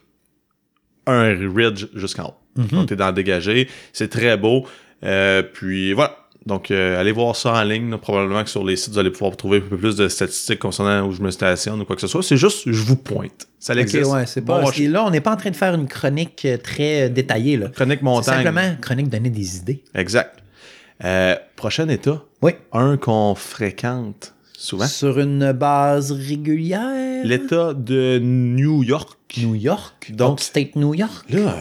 [SPEAKER 2] un ridge jusqu'en haut.
[SPEAKER 1] Mhm.
[SPEAKER 2] Donc, t'es dans le dégagé. C'est très beau. Euh, puis, voilà. Donc, euh, allez voir ça en ligne. là. Probablement que sur les sites, vous allez pouvoir trouver un peu plus de statistiques concernant où je me stationne ou quoi que ce soit. C'est juste, je vous pointe. Ça
[SPEAKER 1] OK,
[SPEAKER 2] existe.
[SPEAKER 1] ouais, c'est pas.
[SPEAKER 2] Bon,
[SPEAKER 1] c'est- là, on n'est pas en train de faire une chronique euh, très euh, détaillée. Là.
[SPEAKER 2] Chronique
[SPEAKER 1] C'est
[SPEAKER 2] montagne.
[SPEAKER 1] simplement chronique donner des idées.
[SPEAKER 2] Exact. Euh, prochain état.
[SPEAKER 1] Oui.
[SPEAKER 2] un qu'on fréquente souvent.
[SPEAKER 1] Sur une base régulière.
[SPEAKER 2] L'État de New York.
[SPEAKER 1] New York.
[SPEAKER 2] Donc-
[SPEAKER 1] Donc, State New York.
[SPEAKER 2] Là, euh,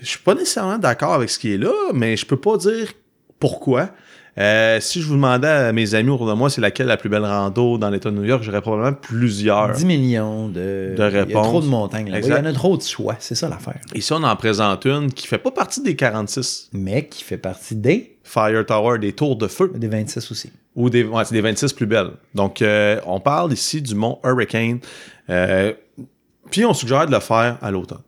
[SPEAKER 2] je suis pas nécessairement d'accord avec ce qui est là, mais je peux pas dire pourquoi. Euh, si je vous demandais à mes amis autour de moi c'est laquelle la plus belle rando dans l'État de New York, j'aurais probablement plusieurs.
[SPEAKER 1] 10 millions de,
[SPEAKER 2] De
[SPEAKER 1] Il y a
[SPEAKER 2] réponses.
[SPEAKER 1] trop de montagnes là-bas. Il y
[SPEAKER 2] Exact.
[SPEAKER 1] en a trop de choix. C'est ça l'affaire.
[SPEAKER 2] Ici, on en présente une qui fait pas partie des 46
[SPEAKER 1] Mais qui fait partie des,
[SPEAKER 2] Fire Tower, des tours de feu,
[SPEAKER 1] des 26 aussi.
[SPEAKER 2] ou des, ouais, c'est des 26 plus belles. Donc, euh, on parle ici du mont Hurricane. Euh, puis, on suggère de le faire à l'automne.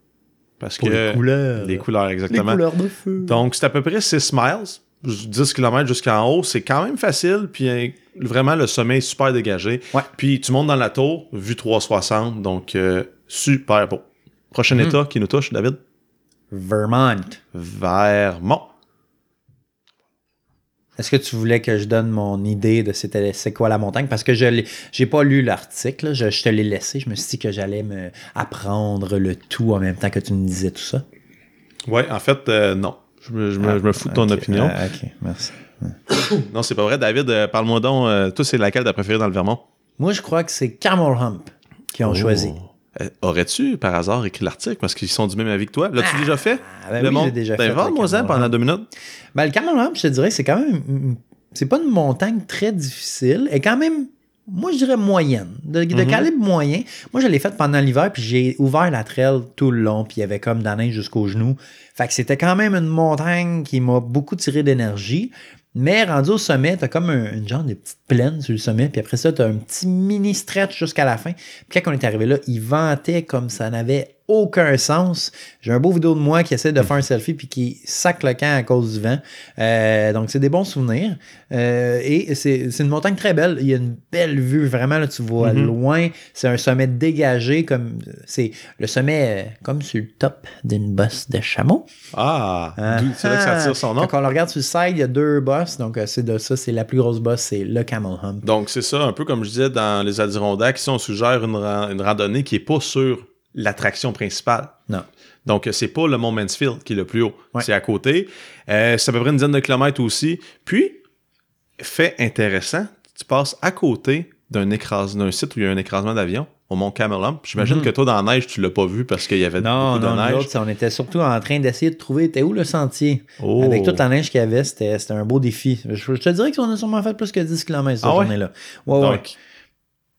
[SPEAKER 2] Parce
[SPEAKER 1] Pour
[SPEAKER 2] que
[SPEAKER 1] les couleurs.
[SPEAKER 2] Les couleurs,
[SPEAKER 1] Les
[SPEAKER 2] exactement.
[SPEAKER 1] couleurs de feu.
[SPEAKER 2] Donc, c'est à peu près 6 miles, 10 km jusqu'en haut. C'est quand même facile. Puis, euh, vraiment, le sommet est super dégagé.
[SPEAKER 1] Ouais.
[SPEAKER 2] Puis, tu montes dans la tour, vue 360. Donc, euh, super beau. Prochain
[SPEAKER 1] Mm-hmm.
[SPEAKER 2] état qui nous touche, David
[SPEAKER 1] Vermont.
[SPEAKER 2] Vermont.
[SPEAKER 1] Est-ce que tu voulais que je donne mon idée de c'était c'est quoi la montagne? Parce que je l'ai- j'ai pas lu l'article, là. je, je te l'ai laissé. Je me suis dit que j'allais me apprendre le tout en même temps que tu me disais tout ça.
[SPEAKER 2] Ouais, en fait, euh, non. Je me, je me- je me fous de ton
[SPEAKER 1] Ok.
[SPEAKER 2] opinion.
[SPEAKER 1] Ah, ok, merci.
[SPEAKER 2] Non, c'est pas vrai. David, euh, parle-moi donc. euh, toi, c'est laquelle t'as préférée dans le Vermont
[SPEAKER 1] Moi, je crois que c'est Camel Hump qui ont choisi.
[SPEAKER 2] Euh, Aurais-tu par hasard écrit l'article parce qu'ils sont du même avis que toi? L'as-tu déjà fait?
[SPEAKER 1] ben hein, oui, je l'ai déjà fait,
[SPEAKER 2] T'inventes,
[SPEAKER 1] le
[SPEAKER 2] moi,
[SPEAKER 1] Cameroun.
[SPEAKER 2] hein, pendant deux minutes.
[SPEAKER 1] Ben, le Cameroun, je te dirais, c'est quand même. une- C'est pas une montagne très difficile. Elle est quand même, moi, je dirais moyenne. De, de calibre moyen. Moi, je l'ai faite pendant l'hiver, puis j'ai ouvert la trail tout le long, puis il y avait comme de la neige jusqu'aux genoux. Fait que c'était quand même une montagne qui m'a beaucoup tiré d'énergie. Mais rendu au sommet, t'as comme un- une genre de petite plaine sur le sommet, puis après ça, t'as un petit mini stretch jusqu'à la fin. Puis quand on est arrivé là, il ventait comme ça n'avait aucun sens. J'ai un beau vidéo de moi qui essaie de faire un selfie puis qui sac le camp à cause du vent. Euh, donc, c'est des bons souvenirs. Euh, et c'est c'est une montagne très belle. Il y a une belle vue, vraiment. Là, tu vois
[SPEAKER 2] Mhm.
[SPEAKER 1] loin. C'est un sommet dégagé. comme C'est le sommet euh, comme sur le top d'une bosse de chameau.
[SPEAKER 2] Ah,
[SPEAKER 1] Ah,
[SPEAKER 2] d'où- c'est là que ça tire son nom.
[SPEAKER 1] Quand on le regarde sur le side, il y a deux bosses. Donc, euh, c'est de ça, c'est la plus grosse bosse, c'est le Camel Hump.
[SPEAKER 2] Donc, c'est ça, un peu comme je disais dans les Adirondacks, ici, on suggère une, ra- une randonnée qui n'est pas sur l'attraction principale.
[SPEAKER 1] Non.
[SPEAKER 2] Donc, euh, c'est pas le Mont Mansfield qui est le plus haut.
[SPEAKER 1] Ouais.
[SPEAKER 2] C'est à côté. Euh, c'est à peu près une dizaine de kilomètres aussi. Puis, fait intéressant, tu passes à côté d'un écrase- d'un site où il y a un écrasement d'avion au Mont Camelump. J'imagine
[SPEAKER 1] Mhm.
[SPEAKER 2] que toi, dans la neige, tu l'as pas vu parce qu'il y avait
[SPEAKER 1] Non,
[SPEAKER 2] beaucoup
[SPEAKER 1] non,
[SPEAKER 2] de
[SPEAKER 1] nous
[SPEAKER 2] neige.
[SPEAKER 1] autres, on était surtout en train d'essayer de trouver, était où le sentier?
[SPEAKER 2] Oh.
[SPEAKER 1] Avec toute la neige qu'il y avait, c'était c'était un beau défi. Je, je te dirais qu'on a sûrement fait plus que 10 km cette
[SPEAKER 2] Ah ouais?
[SPEAKER 1] journée-là. Ouais, ouais.
[SPEAKER 2] Donc,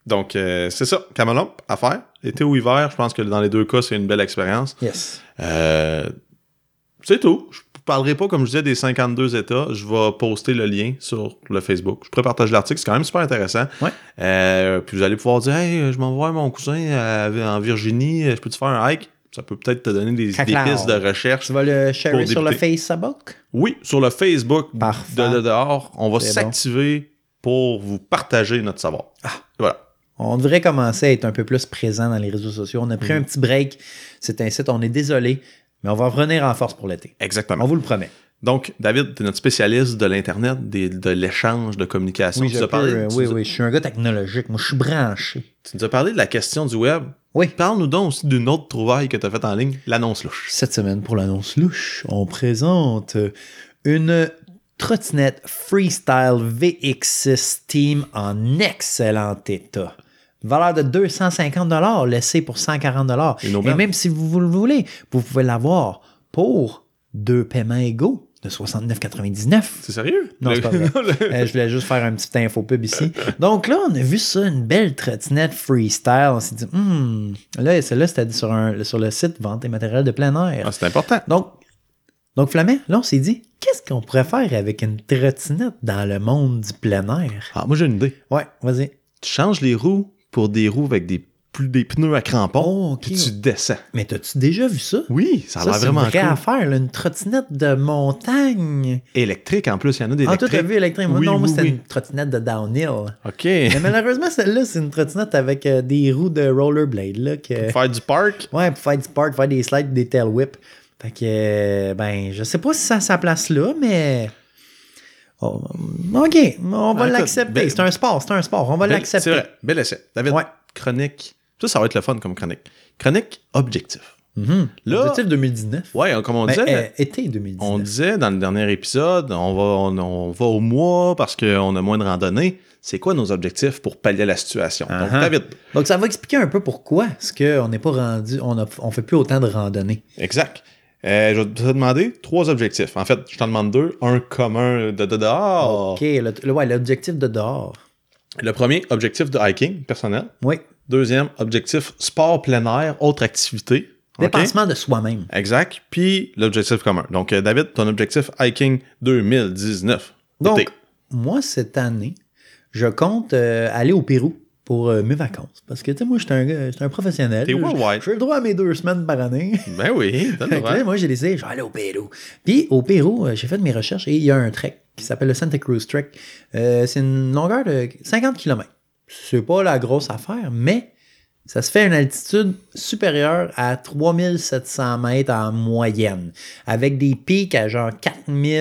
[SPEAKER 2] donc, euh, c'est ça, Camelump, à faire. Été ou hiver, je pense que dans les deux cas, c'est une belle expérience.
[SPEAKER 1] Yes.
[SPEAKER 2] Euh, c'est tout. Je parlerai pas, comme je disais, des 52 États. Je vais poster le lien sur le Facebook. Je pourrais partager l'article. C'est quand même super intéressant.
[SPEAKER 1] Ouais.
[SPEAKER 2] Euh, puis vous allez pouvoir dire Hey, je m'en vais voir mon cousin euh, en Virginie. Je peux-tu faire un hike Ça peut peut-être te donner des, des
[SPEAKER 1] Caclao.
[SPEAKER 2] pistes de recherche.
[SPEAKER 1] Tu vas le sharer
[SPEAKER 2] Pour
[SPEAKER 1] sur le
[SPEAKER 2] débuter.
[SPEAKER 1] Facebook?
[SPEAKER 2] Oui, sur le Facebook
[SPEAKER 1] Parfait.
[SPEAKER 2] de, de dehors, on va
[SPEAKER 1] C'est Ah.
[SPEAKER 2] s'activer pour vous partager notre savoir. Voilà.
[SPEAKER 1] On devrait commencer à être un peu plus présent dans les réseaux sociaux. On a
[SPEAKER 2] Mm.
[SPEAKER 1] pris un petit break. C'est un site, on est désolé, mais on va revenir en force pour l'été.
[SPEAKER 2] Exactement.
[SPEAKER 1] On vous le promet.
[SPEAKER 2] Donc, David, tu es notre spécialiste de l'Internet, des- de l'échange, de communication.
[SPEAKER 1] Oui,
[SPEAKER 2] Tu
[SPEAKER 1] je
[SPEAKER 2] nous as
[SPEAKER 1] peux,
[SPEAKER 2] parlé-
[SPEAKER 1] euh,
[SPEAKER 2] tu
[SPEAKER 1] oui,
[SPEAKER 2] nous as-
[SPEAKER 1] oui, je suis un gars technologique. Moi, je suis branché.
[SPEAKER 2] Tu nous as parlé de la question du web.
[SPEAKER 1] Oui.
[SPEAKER 2] Parle-nous donc aussi d'une autre trouvaille que tu as faite en ligne, l'annonce louche.
[SPEAKER 1] Cette semaine, pour l'annonce louche, on présente une trottinette Freestyle VX6 Steam en excellent état. Valeur de 250 laissée pour 140
[SPEAKER 2] Une
[SPEAKER 1] Et
[SPEAKER 2] aubaine.
[SPEAKER 1] même si vous le voulez, vous pouvez l'avoir pour deux paiements égaux de 69,99.
[SPEAKER 2] C'est sérieux?
[SPEAKER 1] Non,
[SPEAKER 2] Le-
[SPEAKER 1] c'est pas vrai.
[SPEAKER 2] le-
[SPEAKER 1] Euh, je voulais juste faire un petit info pub ici. Donc là, on a vu ça, une belle trottinette freestyle. On s'est dit, hmm, là, celle-là, c'était sur, un- sur le site vente et matériel de plein air.
[SPEAKER 2] Ah, c'est important.
[SPEAKER 1] Donc, donc Flamin, là, on s'est dit, qu'est-ce qu'on pourrait faire avec une trottinette dans le monde du plein air?
[SPEAKER 2] Ah, moi, j'ai une idée.
[SPEAKER 1] Ouais, vas-y.
[SPEAKER 2] Tu changes les roues pour des roues avec des, plus, des pneus à crampons,
[SPEAKER 1] Oh, ok.
[SPEAKER 2] puis tu descends.
[SPEAKER 1] Mais t'as-tu déjà vu ça?
[SPEAKER 2] Oui, ça a
[SPEAKER 1] Ça,
[SPEAKER 2] l'air
[SPEAKER 1] c'est une
[SPEAKER 2] vraiment
[SPEAKER 1] vraie
[SPEAKER 2] cool.
[SPEAKER 1] affaire, là, une trottinette de montagne.
[SPEAKER 2] Électrique, en plus, il y en a des
[SPEAKER 1] Ah, toi,
[SPEAKER 2] électriques.
[SPEAKER 1] t'as vu électrique? Moi,
[SPEAKER 2] Oui,
[SPEAKER 1] non, moi,
[SPEAKER 2] oui,
[SPEAKER 1] c'était
[SPEAKER 2] oui.
[SPEAKER 1] une trottinette de downhill.
[SPEAKER 2] OK.
[SPEAKER 1] Mais malheureusement, celle-là, c'est une trottinette avec euh, des roues de rollerblade. Là, que...
[SPEAKER 2] Faire du park.
[SPEAKER 1] Ouais, pour faire du park, faire des slides, des tail whip. Fait que, euh, ben, je sais pas si ça a sa place là, mais. Oh, ok, on va
[SPEAKER 2] Ah, écoute,
[SPEAKER 1] l'accepter.
[SPEAKER 2] ben-
[SPEAKER 1] C'est un sport, c'est un sport. On va
[SPEAKER 2] Bel- C'est
[SPEAKER 1] l'accepter.
[SPEAKER 2] vrai. Bel essai. David,
[SPEAKER 1] Ouais.
[SPEAKER 2] chronique. Ça, ça va être le fun comme chronique. Chronique objectif.
[SPEAKER 1] Mhm.
[SPEAKER 2] Là-
[SPEAKER 1] Objectif 2019.
[SPEAKER 2] Ouais, hein, comme on
[SPEAKER 1] Ben,
[SPEAKER 2] disait,
[SPEAKER 1] euh, été 2019.
[SPEAKER 2] On disait dans le dernier épisode, on va, on, on va au mois parce qu'on a moins de randonnées. C'est quoi nos objectifs pour pallier la situation? Donc,
[SPEAKER 1] Ah-ha.
[SPEAKER 2] David.
[SPEAKER 1] Donc, ça va expliquer un peu pourquoi est-ce qu'on n'est pas rendu, on, a, on fait plus autant de randonnées.
[SPEAKER 2] Exact. Euh, je vais te demander trois objectifs. En fait, je t'en demande deux. Un commun de, de dehors.
[SPEAKER 1] Ok, le- le- ouais, l'objectif de dehors.
[SPEAKER 2] Le premier, objectif de hiking personnel.
[SPEAKER 1] Oui,
[SPEAKER 2] Deuxième, objectif sport plein air, autre activité. Ok?
[SPEAKER 1] dépassement de soi-même.
[SPEAKER 2] Exact. Puis l'objectif commun. Donc, euh, David, ton objectif hiking 2019.
[SPEAKER 1] Donc,
[SPEAKER 2] Été.
[SPEAKER 1] moi, cette année, je compte euh, aller au Pérou pour euh, mes vacances. Parce que, tu sais, moi, je suis un, gars- j'étais un professionnel.
[SPEAKER 2] T'es
[SPEAKER 1] Je-
[SPEAKER 2] worldwide.
[SPEAKER 1] J'ai le droit à mes deux semaines par année.
[SPEAKER 2] Ben oui, t'as le
[SPEAKER 1] Fait que
[SPEAKER 2] droit.
[SPEAKER 1] là, moi, j'ai décidé, je vais aller au Pérou. Puis, au Pérou, euh, j'ai fait mes recherches et il y a un trek qui s'appelle le Santa Cruz Trek. Euh, c'est une longueur de 50 km. C'est pas la grosse affaire, mais ça se fait à une altitude supérieure à 3700 mètres en moyenne, avec des pics à genre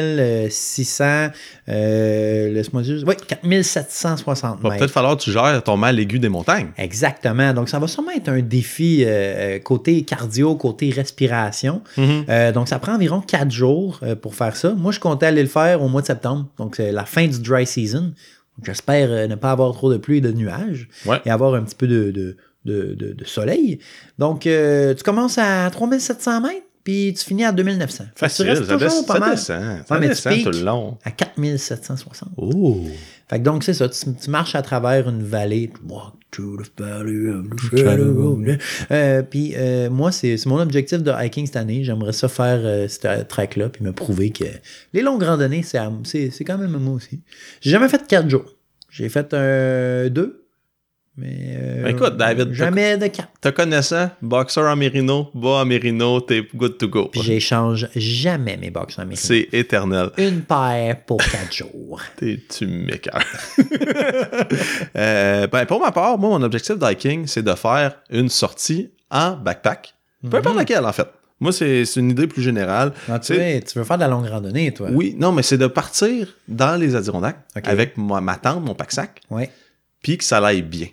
[SPEAKER 1] 4600, euh, laisse-moi juste, oui, 4760
[SPEAKER 2] Va
[SPEAKER 1] mètres.
[SPEAKER 2] peut-être falloir que tu gères ton mal aigu des montagnes.
[SPEAKER 1] Exactement. Donc, ça va sûrement être un défi euh, euh, côté cardio, côté respiration.
[SPEAKER 2] Mhm.
[SPEAKER 1] Euh, donc, ça prend environ quatre jours euh, pour faire ça. Moi, je comptais aller le faire au mois de septembre. Donc, c'est la fin du dry season. Donc, J'espère euh, ne pas avoir trop de pluie et de nuages
[SPEAKER 2] Ouais.
[SPEAKER 1] et avoir un petit peu de, de, de- de- de soleil. Donc, euh, tu commences à 3700 mètres, puis tu finis à 2900. Fait que tu
[SPEAKER 2] Facile,
[SPEAKER 1] restes
[SPEAKER 2] ça,
[SPEAKER 1] toujours
[SPEAKER 2] descend,
[SPEAKER 1] pas
[SPEAKER 2] ça
[SPEAKER 1] mal
[SPEAKER 2] descend. Ça
[SPEAKER 1] Ouais, mais tu
[SPEAKER 2] descend tout
[SPEAKER 1] piques.
[SPEAKER 2] le long.
[SPEAKER 1] à 4760.
[SPEAKER 2] Oh!
[SPEAKER 1] Fait que donc, c'est ça. Tu, tu marches à travers une vallée. Tu walk through the valley of the shadow of death. Euh, Puis, euh, moi, c'est c'est mon objectif de hiking cette année. J'aimerais ça faire euh, ce tra- track-là. Puis me prouver que les longues randonnées, c'est à- c'est c'est quand même moi aussi. J'ai jamais fait quatre jours. J'ai fait euh, deux. Mais euh,
[SPEAKER 2] Ben écoute, David, t'as-
[SPEAKER 1] Jamais de carte.
[SPEAKER 2] Te connaissant, boxeur en mérino, bas en mérino, t'es good to go.
[SPEAKER 1] Puis j'échange jamais mes box en Amérique.
[SPEAKER 2] C'est éternel.
[SPEAKER 1] Une paire pour quatre jours.
[SPEAKER 2] T'es, tu m'écœures. Euh, ben, pour ma part, moi, mon objectif d'hiking, c'est de faire une sortie en backpack. Peu importe laquelle, en fait. Moi, c'est, c'est une idée plus générale.
[SPEAKER 1] Mhm. Ah,
[SPEAKER 2] Tu
[SPEAKER 1] tu,
[SPEAKER 2] sais-
[SPEAKER 1] sais, tu veux faire de la longue randonnée, toi?
[SPEAKER 2] Oui, non, mais c'est de partir dans les Adirondacks
[SPEAKER 1] Ok.
[SPEAKER 2] avec moi- ma tante, mon pack-sac,
[SPEAKER 1] Ouais.
[SPEAKER 2] puis que ça aille bien.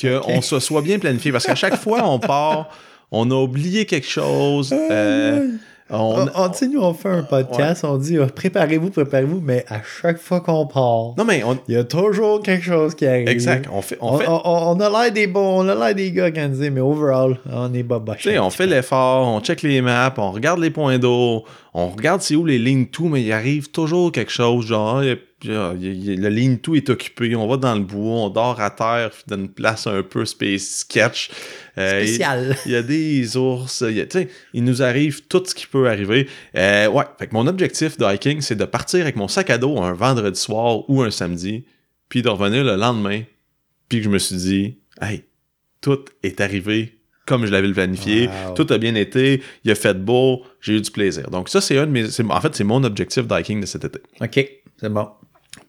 [SPEAKER 2] Qu'on se soit bien planifié. Parce qu'à chaque fois, on part, on a oublié quelque chose.
[SPEAKER 1] Ah.
[SPEAKER 2] euh, on,
[SPEAKER 1] On, on- tu sais, nous, on fait un podcast, on dit oh, préparez-vous, préparez-vous, mais à chaque fois qu'on part,
[SPEAKER 2] non, mais on,
[SPEAKER 1] il y a toujours quelque chose qui arrive.
[SPEAKER 2] exact. On fait, on
[SPEAKER 1] On,
[SPEAKER 2] fait,
[SPEAKER 1] on- on- on a l'air des bons, on a l'air des gars organisés, mais overall, on est baba.
[SPEAKER 2] Tu sais, on fait l'effort, on check les maps, on regarde les points d'eau, on regarde c'est où les lignes tout, mais il arrive toujours quelque chose, genre, ah, il y a- il y a- il y a- la ligne tout est occupée, on va dans le bois, on dort à terre dans une place un peu space sketch. Euh,
[SPEAKER 1] Spécial.
[SPEAKER 2] Il y a des ours, il, y a- tu sais, il nous arrive tout ce qui peut arriver. Euh, ouais, fait que mon objectif de hiking, c'est de partir avec mon sac à dos un vendredi soir ou un samedi, puis de revenir le lendemain, puis que je me suis dit, hey, tout est arrivé comme je l'avais le planifié,
[SPEAKER 1] Wow.
[SPEAKER 2] tout a bien été, il a fait beau, j'ai eu du plaisir. Donc ça, c'est un de mes, c'est- en fait, c'est mon objectif de hiking de cet été.
[SPEAKER 1] OK, c'est bon.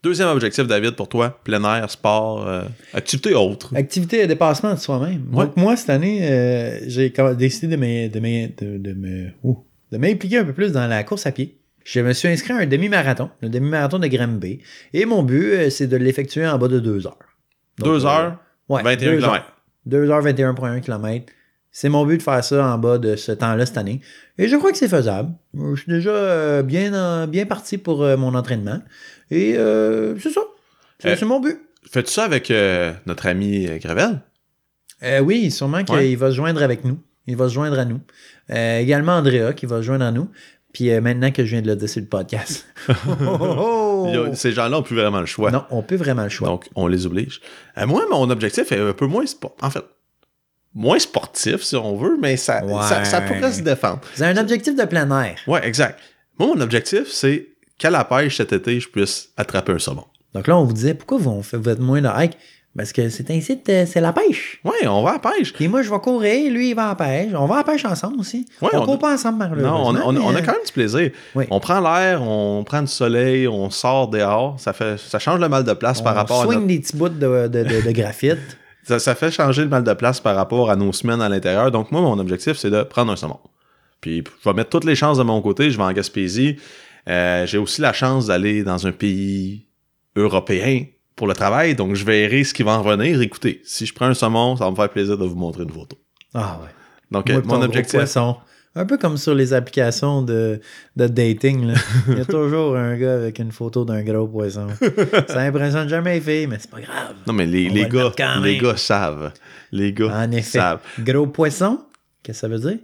[SPEAKER 2] Deuxième objectif, David, pour toi, plein air, sport, euh, activité autre.
[SPEAKER 1] Activité et dépassement de soi-même.
[SPEAKER 2] Ouais.
[SPEAKER 1] Donc, moi, cette année, euh, j'ai comme- décidé de me- de me- de- de me- ouh, de m'impliquer un peu plus dans la course à pied. Je me suis inscrit à un demi-marathon, le demi-marathon de Granby. Et mon but, euh, c'est de l'effectuer en bas de deux heures. Donc,
[SPEAKER 2] Deux
[SPEAKER 1] euh,
[SPEAKER 2] heures,
[SPEAKER 1] ouais,
[SPEAKER 2] 21
[SPEAKER 1] deux
[SPEAKER 2] km.
[SPEAKER 1] heures. 2h21.1 km. C'est mon but de faire ça en bas de ce temps-là cette année. Et je crois que c'est faisable. Euh, Je suis déjà euh, bien, en- bien parti pour euh, mon entraînement. Et euh, c'est ça. C'est
[SPEAKER 2] Euh,
[SPEAKER 1] c'est mon but.
[SPEAKER 2] Fais-tu ça avec euh, notre ami euh, Gravel?
[SPEAKER 1] Euh, oui, sûrement qu'il
[SPEAKER 2] Ouais.
[SPEAKER 1] va se joindre avec nous. Il va se joindre à nous. Euh, également Andrea qui va se joindre à nous. Puis euh, maintenant que je viens de le dire sur le podcast. Oh, oh,
[SPEAKER 2] Il y
[SPEAKER 1] oh.
[SPEAKER 2] a- Ces gens-là ont plus vraiment le choix.
[SPEAKER 1] Non, on peut vraiment le choix.
[SPEAKER 2] Donc, on les oblige. Euh, moi, mon objectif est un peu moins sport. En fait, moins sportif, si on veut, mais ça,
[SPEAKER 1] Ouais.
[SPEAKER 2] ça, ça pourrait se défendre.
[SPEAKER 1] C'est un objectif de plein air.
[SPEAKER 2] Ouais, exact. Moi, mon objectif, c'est qu'à la pêche cet été, je puisse attraper un saumon.
[SPEAKER 1] Donc là, on vous disait pourquoi vous, on fait, vous êtes moins de hike? Parce que c'est un site, euh, c'est la pêche.
[SPEAKER 2] Ouais, on va à la pêche.
[SPEAKER 1] Puis moi, je vais courir, lui, il va à la pêche. On va à la pêche ensemble aussi.
[SPEAKER 2] Ouais,
[SPEAKER 1] on,
[SPEAKER 2] on
[SPEAKER 1] court
[SPEAKER 2] a-
[SPEAKER 1] pas ensemble,
[SPEAKER 2] Non,
[SPEAKER 1] malheureusement.
[SPEAKER 2] on, on-
[SPEAKER 1] mais,
[SPEAKER 2] on a
[SPEAKER 1] euh,
[SPEAKER 2] quand même du plaisir.
[SPEAKER 1] oui.
[SPEAKER 2] On prend l'air, on prend du soleil, on sort dehors. Ça, fait, ça change le mal de place par
[SPEAKER 1] on
[SPEAKER 2] rapport à
[SPEAKER 1] swing
[SPEAKER 2] notre-
[SPEAKER 1] des petits bouts de, de- de- de graphite.
[SPEAKER 2] ça, ça fait changer le mal de place par rapport à nos semaines à l'intérieur. Donc, moi, mon objectif, c'est de prendre un saumon. Puis, je vais mettre toutes les chances de mon côté. Je vais en Gaspésie. Euh, J'ai aussi la chance d'aller dans un pays européen pour le travail. Donc, je verrai ce qui va en revenir. Écoutez, si je prends un saumon, ça va me faire plaisir de vous montrer une photo.
[SPEAKER 1] Ah ouais.
[SPEAKER 2] Donc,
[SPEAKER 1] Moi,
[SPEAKER 2] euh,
[SPEAKER 1] pis ton
[SPEAKER 2] mon
[SPEAKER 1] gros
[SPEAKER 2] objectif.
[SPEAKER 1] poisson. Un peu comme sur les applications de, de dating. là. Il y a toujours un gars avec une photo d'un gros poisson. Ça impressionne jamais les filles, mais c'est pas grave.
[SPEAKER 2] Non, mais les,
[SPEAKER 1] On
[SPEAKER 2] les
[SPEAKER 1] va le
[SPEAKER 2] gars,
[SPEAKER 1] mettre quand
[SPEAKER 2] les
[SPEAKER 1] même.
[SPEAKER 2] gars savent. Les gars
[SPEAKER 1] En effet.
[SPEAKER 2] savent.
[SPEAKER 1] Gros poisson, qu'est-ce que ça veut dire?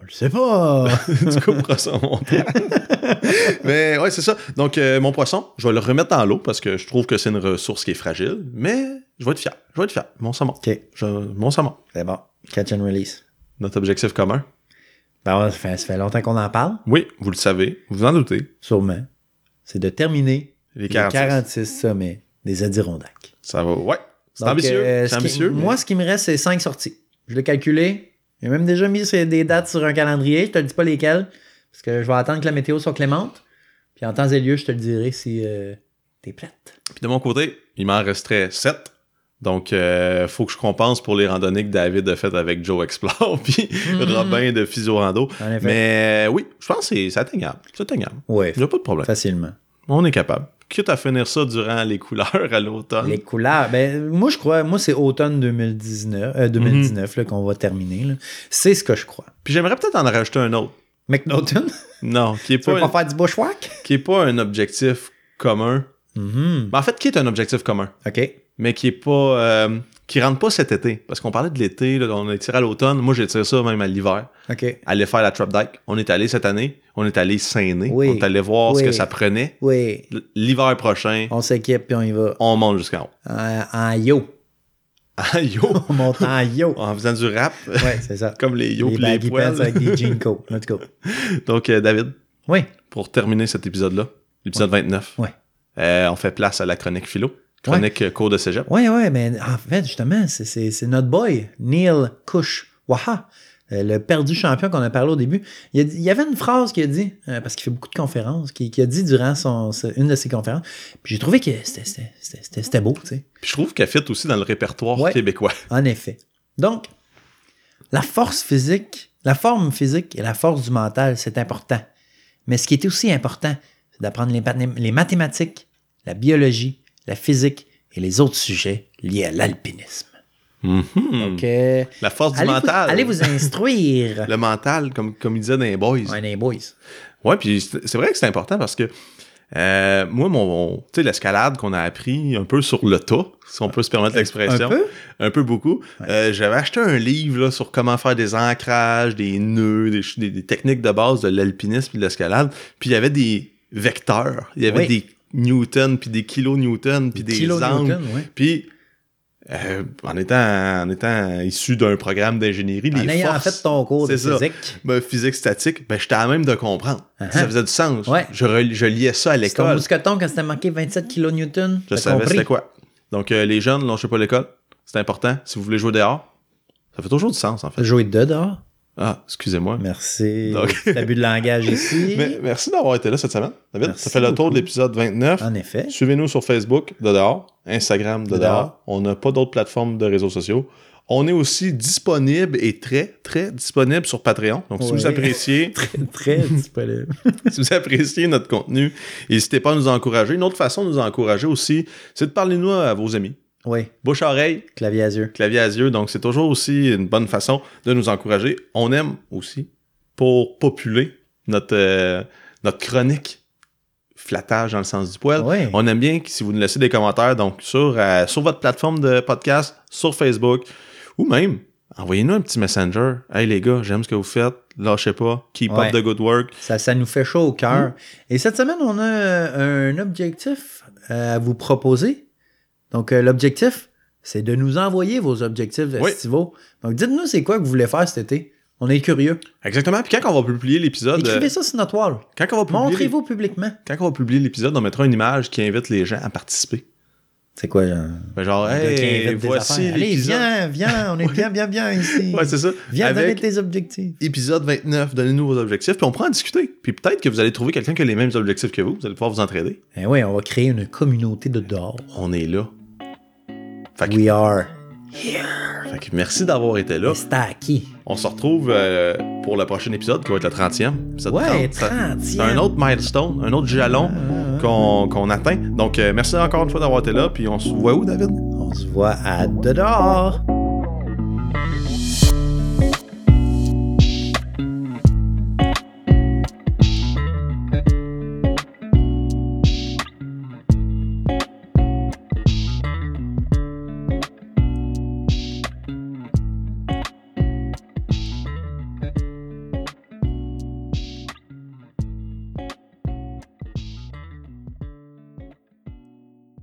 [SPEAKER 1] On le sait pas.
[SPEAKER 2] tu couperas ça au montage. mais ouais, c'est ça. Donc, euh, mon poisson, je vais le remettre dans l'eau parce que je trouve que c'est une ressource qui est fragile, mais je vais être fier. Je vais être fier. Mon saumon.
[SPEAKER 1] OK,
[SPEAKER 2] Je- mon saumon.
[SPEAKER 1] c'est bon. Catch and release.
[SPEAKER 2] Notre objectif commun.
[SPEAKER 1] Ben, ouais, ça, fait, ça fait longtemps qu'on en parle,
[SPEAKER 2] Oui, vous le savez, vous en doutez.
[SPEAKER 1] sûrement. C'est de terminer
[SPEAKER 2] Les
[SPEAKER 1] les
[SPEAKER 2] 46.
[SPEAKER 1] 46, sommets des Adirondacks.
[SPEAKER 2] Ça va. Ouais. C'est
[SPEAKER 1] Donc,
[SPEAKER 2] ambitieux.
[SPEAKER 1] euh,
[SPEAKER 2] c'est
[SPEAKER 1] ce qui-
[SPEAKER 2] ambitieux. mais-
[SPEAKER 1] Moi, ce qui me reste, c'est cinq sorties. Je l'ai calculé. J'ai même déjà mis ces- des dates sur un calendrier. Je te dis pas lesquelles. Parce que je vais attendre que la météo soit clémente. Puis en temps et lieu, je te le dirai si euh, t'es prête.
[SPEAKER 2] Puis de mon côté, il m'en resterait 7. Donc, euh, faut que je compense pour les randonnées que David a faites avec Joe Explore, puis
[SPEAKER 1] Mhm.
[SPEAKER 2] Robin de Physio Rando.
[SPEAKER 1] En effet.
[SPEAKER 2] Mais euh, oui, je pense que c'est c'est atteignable. C'est atteignable.
[SPEAKER 1] Ouais,
[SPEAKER 2] Il n'y a pas de problème.
[SPEAKER 1] facilement.
[SPEAKER 2] On est capable. Quitte à finir ça durant les couleurs à l'automne.
[SPEAKER 1] Les couleurs, ben, moi je crois, moi c'est automne 2019, euh, 2019
[SPEAKER 2] Mhm.
[SPEAKER 1] là, qu'on va terminer. là. C'est ce que je crois.
[SPEAKER 2] Puis j'aimerais peut-être en rajouter un autre.
[SPEAKER 1] McNaughton,
[SPEAKER 2] Non, qui est
[SPEAKER 1] tu veux
[SPEAKER 2] pas,
[SPEAKER 1] pas faire du bushwhack?
[SPEAKER 2] qui est pas un objectif commun.
[SPEAKER 1] Mhm.
[SPEAKER 2] Mais en fait, qui est un objectif commun,
[SPEAKER 1] OK.
[SPEAKER 2] mais qui est pas, euh, qui rentre pas cet été. Parce qu'on parlait de l'été, là, on a tiré à l'automne. Moi, j'ai tiré ça même à l'hiver.
[SPEAKER 1] OK.
[SPEAKER 2] Aller faire la trap dike. On est allé cette année. On est allé s'aîner.
[SPEAKER 1] Oui.
[SPEAKER 2] On est allé voir ce
[SPEAKER 1] Oui.
[SPEAKER 2] que ça prenait.
[SPEAKER 1] Oui.
[SPEAKER 2] L- L'hiver prochain,
[SPEAKER 1] On s'équipe puis on y va.
[SPEAKER 2] on monte jusqu'en haut.
[SPEAKER 1] En- en yo.
[SPEAKER 2] En Ah, yo,
[SPEAKER 1] On monte en yo.
[SPEAKER 2] en faisant du rap,
[SPEAKER 1] Ouais, c'est ça.
[SPEAKER 2] comme les yo
[SPEAKER 1] les
[SPEAKER 2] pis les
[SPEAKER 1] baggy pants
[SPEAKER 2] poils.
[SPEAKER 1] avec des Jinko. En tout cas.
[SPEAKER 2] Donc, euh, David,
[SPEAKER 1] Oui.
[SPEAKER 2] pour terminer cet épisode-là, l'épisode 29,
[SPEAKER 1] Ouais.
[SPEAKER 2] euh, on fait place à la chronique philo. Chronique euh, cours de cégep.
[SPEAKER 1] Ouais, ouais, mais en fait, justement, c'est- c'est c'est notre boy, Neil Kushwaha, euh, le perdu champion qu'on a parlé au début. Il, a dit- il y avait une phrase qu'il a dit, euh, parce qu'il fait beaucoup de conférences, qu'il qu'il a dit durant son, ce- une de ses conférences. Puis j'ai trouvé que c'était- c'était- c'était c'était- c'était beau, tu sais.
[SPEAKER 2] Puis je trouve qu'elle fit aussi dans le répertoire
[SPEAKER 1] Ouais.
[SPEAKER 2] québécois.
[SPEAKER 1] En effet. Donc, la force physique, la forme physique et la force du mental, c'est important. Mais ce qui est aussi important, c'est d'apprendre les, mathé- les mathématiques, la biologie, la physique et les autres sujets liés à l'alpinisme.
[SPEAKER 2] Mhm.
[SPEAKER 1] Donc, euh,
[SPEAKER 2] La force du
[SPEAKER 1] allez, vous,
[SPEAKER 2] mental.
[SPEAKER 1] allez vous instruire.
[SPEAKER 2] Le mental, comme, comme il disait dans les boys.
[SPEAKER 1] Ouais, les boys.
[SPEAKER 2] Ouais, puis c'est c'est vrai que c'est important parce que euh, moi, mon, mon- tu sais, l'escalade qu'on a appris un peu sur le tas, si on peut se permettre
[SPEAKER 1] Un
[SPEAKER 2] l'expression,
[SPEAKER 1] peu?
[SPEAKER 2] un peu beaucoup.
[SPEAKER 1] Ouais.
[SPEAKER 2] Euh, J'avais acheté un livre là, sur comment faire des ancrages, des nœuds, des, ch- des- des techniques de base de l'alpinisme et de l'escalade. Puis il y avait des vecteurs, il y avait
[SPEAKER 1] Oui.
[SPEAKER 2] des newtons, puis des kilonewtons, puis des
[SPEAKER 1] Kilo
[SPEAKER 2] angles.
[SPEAKER 1] Newton, ouais.
[SPEAKER 2] Puis euh, en étant en étant issu d'un programme d'ingénierie,
[SPEAKER 1] En
[SPEAKER 2] les
[SPEAKER 1] ayant
[SPEAKER 2] forces
[SPEAKER 1] fait ton cours de
[SPEAKER 2] c'est ça.
[SPEAKER 1] physique,
[SPEAKER 2] ben, physique statique, ben, j'étais à même de comprendre.
[SPEAKER 1] Uh-huh.
[SPEAKER 2] Ça faisait du sens.
[SPEAKER 1] Ouais.
[SPEAKER 2] Je, rel- je liais ça à
[SPEAKER 1] c'est ton
[SPEAKER 2] l'école.
[SPEAKER 1] mousqueton quand c'était marqué 27 kN.
[SPEAKER 2] Je savais c'était quoi. Donc, euh, les jeunes, lâchez pas l'école. C'est important. Si vous voulez jouer dehors, ça fait toujours du sens, en fait.
[SPEAKER 1] Jouer de dehors.
[SPEAKER 2] Ah, excusez-moi.
[SPEAKER 1] Merci.
[SPEAKER 2] Donc-
[SPEAKER 1] L'abus de langage ici.
[SPEAKER 2] Mais merci d'avoir été là cette semaine, David.
[SPEAKER 1] Merci
[SPEAKER 2] ça fait le tour
[SPEAKER 1] beaucoup.
[SPEAKER 2] de l'épisode 29.
[SPEAKER 1] En effet.
[SPEAKER 2] Suivez-nous sur Facebook de dehors, Instagram de,
[SPEAKER 1] De
[SPEAKER 2] dehors.
[SPEAKER 1] dehors.
[SPEAKER 2] On n'a pas d'autres plateformes de réseaux sociaux. On est aussi disponible et très, très disponible sur Patreon. Donc, si
[SPEAKER 1] Ouais.
[SPEAKER 2] vous appréciez,
[SPEAKER 1] Très disponible.
[SPEAKER 2] Si vous appréciez notre contenu, n'hésitez pas à nous encourager. Une autre façon de nous encourager aussi, c'est de parler de nous à vos amis.
[SPEAKER 1] oui,
[SPEAKER 2] Bouche à oreille,
[SPEAKER 1] clavier à yeux.
[SPEAKER 2] clavier à yeux. Donc, c'est toujours aussi une bonne façon de nous encourager. On aime aussi pour populer notre, euh, notre chronique flattage dans le sens du poil.
[SPEAKER 1] Ouais.
[SPEAKER 2] On aime bien que si vous nous laissez des commentaires donc sur, euh, sur votre plateforme de podcast, sur Facebook, ou même envoyez-nous un petit messenger. Hey les gars, j'aime ce que vous faites. Lâchez pas. Keep
[SPEAKER 1] Ouais.
[SPEAKER 2] up the good work.
[SPEAKER 1] Ça, ça nous fait chaud au
[SPEAKER 2] Mm-hmm.
[SPEAKER 1] cœur. Et cette semaine, on a euh, un objectif euh, à vous proposer. Donc, euh, l'objectif, c'est de nous envoyer vos objectifs
[SPEAKER 2] Oui.
[SPEAKER 1] estivaux. Donc, dites-nous c'est quoi que vous voulez faire cet été. On est curieux.
[SPEAKER 2] Exactement. Puis quand on va publier l'épisode,
[SPEAKER 1] Écrivez
[SPEAKER 2] euh,
[SPEAKER 1] ça sur notre toile.
[SPEAKER 2] quand on va publier,
[SPEAKER 1] Montrez-vous publiquement.
[SPEAKER 2] quand on va publier l'épisode, on mettra une image qui invite les gens à participer.
[SPEAKER 1] C'est quoi, genre?
[SPEAKER 2] Ben, genre,
[SPEAKER 1] Le gars qui
[SPEAKER 2] hey,
[SPEAKER 1] invite des
[SPEAKER 2] voici
[SPEAKER 1] affaires. Allez,
[SPEAKER 2] l'épisode.
[SPEAKER 1] viens, viens, on est bien, bien, bien ici.
[SPEAKER 2] Ouais, c'est ça.
[SPEAKER 1] viens donner
[SPEAKER 2] Avec
[SPEAKER 1] tes objectifs.
[SPEAKER 2] épisode 29, donnez-nous vos objectifs, puis on prend à discuter. Puis peut-être que vous allez trouver quelqu'un qui a les mêmes objectifs que vous. Vous allez pouvoir vous entraider.
[SPEAKER 1] Eh oui, on va créer une communauté de dehors.
[SPEAKER 2] On est là. Fait que,
[SPEAKER 1] We are.
[SPEAKER 2] fait que merci d'avoir été là.
[SPEAKER 1] C'était à qui?
[SPEAKER 2] On se retrouve euh, pour le prochain épisode qui va être le 30e. épisode
[SPEAKER 1] Ouais, Ah,
[SPEAKER 2] 30. Ça-
[SPEAKER 1] 30
[SPEAKER 2] C'est un autre milestone, un autre jalon qu'on qu'on atteint. Donc, euh, merci encore une fois d'avoir été là. Puis on se voit où, David?
[SPEAKER 1] On se voit à dehors.